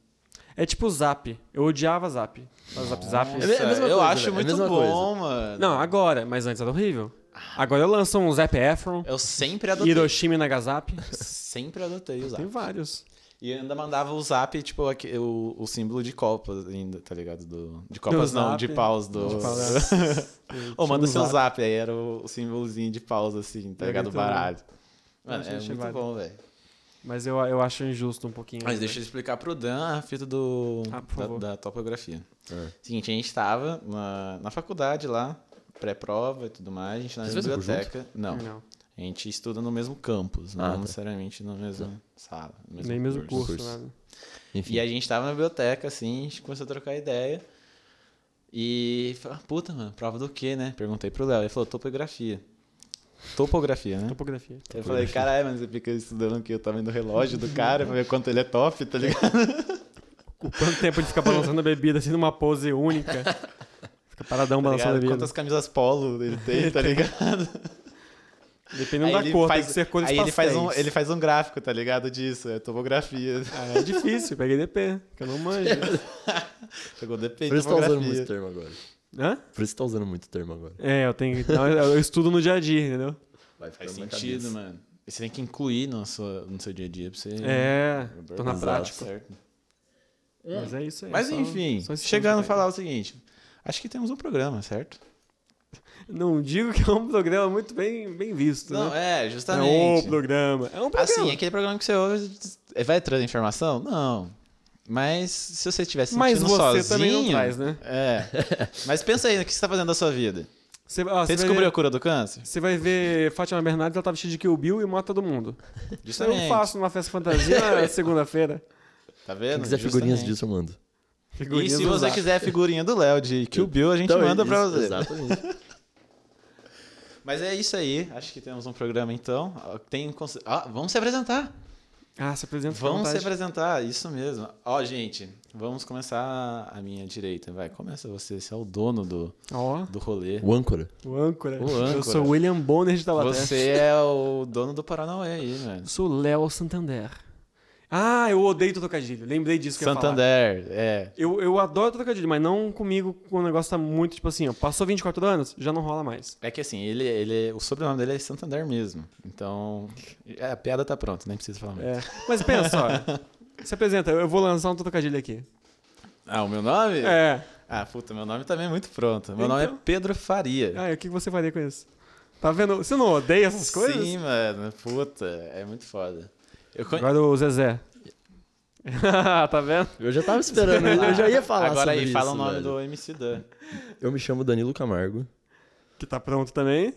É tipo Zap. Eu odiava Zap. Mas Zap Zap.
É a mesma
Nossa, eu
coisa,
acho
velho, é a
muito
mesma
bom, mano.
Não, agora, mas antes era horrível. Agora eu lanço um Zap Efron,
Eu sempre adotei.
Hiroshima e Nagasaki.
Sempre adotei o
Tem
zap.
vários.
E ainda mandava o zap, tipo, aqui- o, o símbolo de copas ainda, tá ligado? Do, de copas não,
um zap.
de paus do.
De paus,
[laughs] Ou manda
Tinha
seu
um
zap. aí era o, o símbolozinho de paus, assim, tá
Era
ligado? O
muito
baralho. Mano,
achei
é
chegado.
muito bom, velho.
Mas eu, eu acho injusto um pouquinho.
Mas deixa eu explicar pro Dan a fita do,
Ah, por
da-
favor.
da, topografia.
É.
Seguinte, a gente tava na, na faculdade lá, pré-prova e tudo mais, a gente na
Vocês fazem por
biblioteca. Não,
Não,
a gente estuda no mesmo campus, não
Ah, tá.
necessariamente na mesma sala. no
nem mesmo curso,
curso.
nada.
Enfim.
E a gente tava na biblioteca, assim, a gente começou a trocar ideia. E falei, ah, puta, mano, prova do quê, né? Perguntei pro Léo. Ele falou, topografia. Topografia, né?
Topografia.
Eu falei, caralho, mas você fica estudando aqui o tamanho do relógio do cara pra ver quanto ele é top, tá ligado?
O quanto tempo ele fica balançando a bebida assim numa pose única. Fica paradão
Tá
balançando
ligado?
a bebida.
Quantas camisas polo ele tem,
[laughs]
tá ligado?
Dependendo
Aí
da
ele
cor,
faz-
tem que ser cores
Aí ele faz, um,
pastéis.
ele faz um gráfico, tá ligado? Disso, é topografia. [laughs]
Ah, é difícil, peguei DP, que eu não manjo.
Pegou DP
Por
de
isso tá usando
topografia.
muito termo agora.
Hã?
Por isso tá usando muito termo agora.
É, eu tenho que- não, Eu eu estudo no dia a dia, entendeu?
Vai
Faz
ficando na
sentido,
cabeça.
mano. E Você tem que incluir no seu, no seu dia a dia pra você.
É, tô na
Exato.
prática.
Certo.
Mas é isso aí.
Mas
só-
enfim,
só esse
chegando a
tempo aí.
falar o seguinte. Acho que temos um programa, certo?
Não digo que é um programa muito bem, bem visto, né?
é,
É um programa. É um programa.
Assim, aquele programa que você ouve eh, vai trazer informação? Não. Mas se você estiver se sentindo
Mas você
sozinho...
também não traz, né? [laughs]
É. Mas pensa aí no que você tá fazendo da sua vida.
Você, ó,
Você
você vai
descobriu a
ver-
cura do câncer?
Você vai ver Fátima Bernardes, ela tá vestida de Kill Bill e mata todo mundo. Isso eu faço numa festa fantasia
[laughs]
na segunda-feira.
Tá vendo?
Quem quiser figurinhas
Justamente.
disso, eu mando.
E se você quiser a figurinha do Léo de Kill Bill, a gente
Então,
manda pra
isso,
você.
Exatamente.
Mas é isso aí. Acho que temos um programa então. Ah, Tem... cons- Ah, vamos se apresentar.
Ah, se apresenta fica à
Vamos se
vontade.
apresentar, isso mesmo. Ó, gente, vamos começar a minha direita. Vai, começa você, você é o dono do,
Ó,
do rolê.
[laughs] O âncora.
o âncora.
O âncora.
Eu sou o William Bonner de Taubaté.
Você é o dono do Paranauê aí, velho.
Eu sou o Léo Santander. Ah, eu odeio trocadilho. Lembrei disso que eu ia falar.
Santander, é.
Eu, eu adoro trocadilho, mas não comigo quando o negócio tá muito, tipo assim, ó, passou 24 anos, já não rola mais.
É que assim, ele, ele, o sobrenome dele é Santander mesmo. Então, é, a piada tá pronta, nem precisa falar mais.
É. Mas pensa, [laughs] ó. Se apresenta, eu vou lançar um trocadilho aqui.
Ah, o meu nome?
É.
Ah, puta, meu nome também é muito pronto. Meu
Então.
nome é Pedro Faria.
Ah, e o que você faria com isso? Tá vendo? Você não odeia essas coisas?
Sim, mano, puta, é muito foda. Eu con-
Agora o Zezé. [laughs] tá vendo?
Eu já tava esperando, eu já ia falar
Agora
sobre
aí,
isso,
fala o nome
velho.
do MC Dan.
Eu me chamo Danilo Camargo,
Que tá pronto também.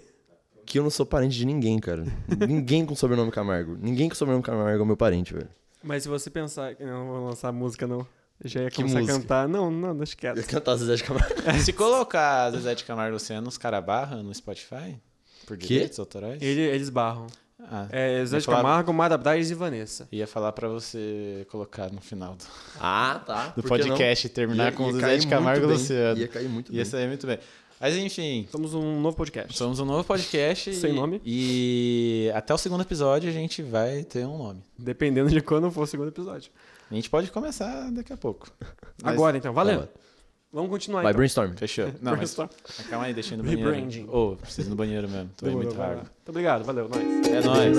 que eu não sou parente de ninguém, cara. ninguém com sobrenome Camargo. Ninguém com sobrenome Camargo é meu parente, velho.
Mas se você pensar. Eu não vou lançar música, não. Eu já ia
Que
começar
música?
a cantar. Não, não, deixa
Eu
quieto.
ia cantar Zezé de Camargo.
Se colocar Zezé de Camargo e Luciano, os caras barram no Spotify? Por
Quê?
direitos autorais?
[laughs] Ele- eles barram.
Ah,
É Zé
Eu
de
falava-
Camargo, Mara Braz e Vanessa.
ia falar pra você colocar no final do,
Ah, tá.
do podcast e terminar com Zezé de Camargo e Luciano.
Ia cair muito
Ia
bem.
sair muito bem. Mas enfim,
Somos um novo podcast.
somos um novo podcast. e-
Sem nome?
E até o segundo episódio a gente vai ter um nome.
Dependendo de quando for o segundo episódio.
A gente pode começar daqui a pouco. Mas-
Agora então, valendo.
Vai,
Vamos continuar
Vai,
então.
brainstorm.
Fechou. Não, mas
Brainstorm.
calma aí, deixei no banheiro.
Rebranding.
Ô, preciso ir no banheiro mesmo. Tô aí
Demorou,
muito
vai lá.
água.
Muito obrigado, valeu, nós.
É nóis.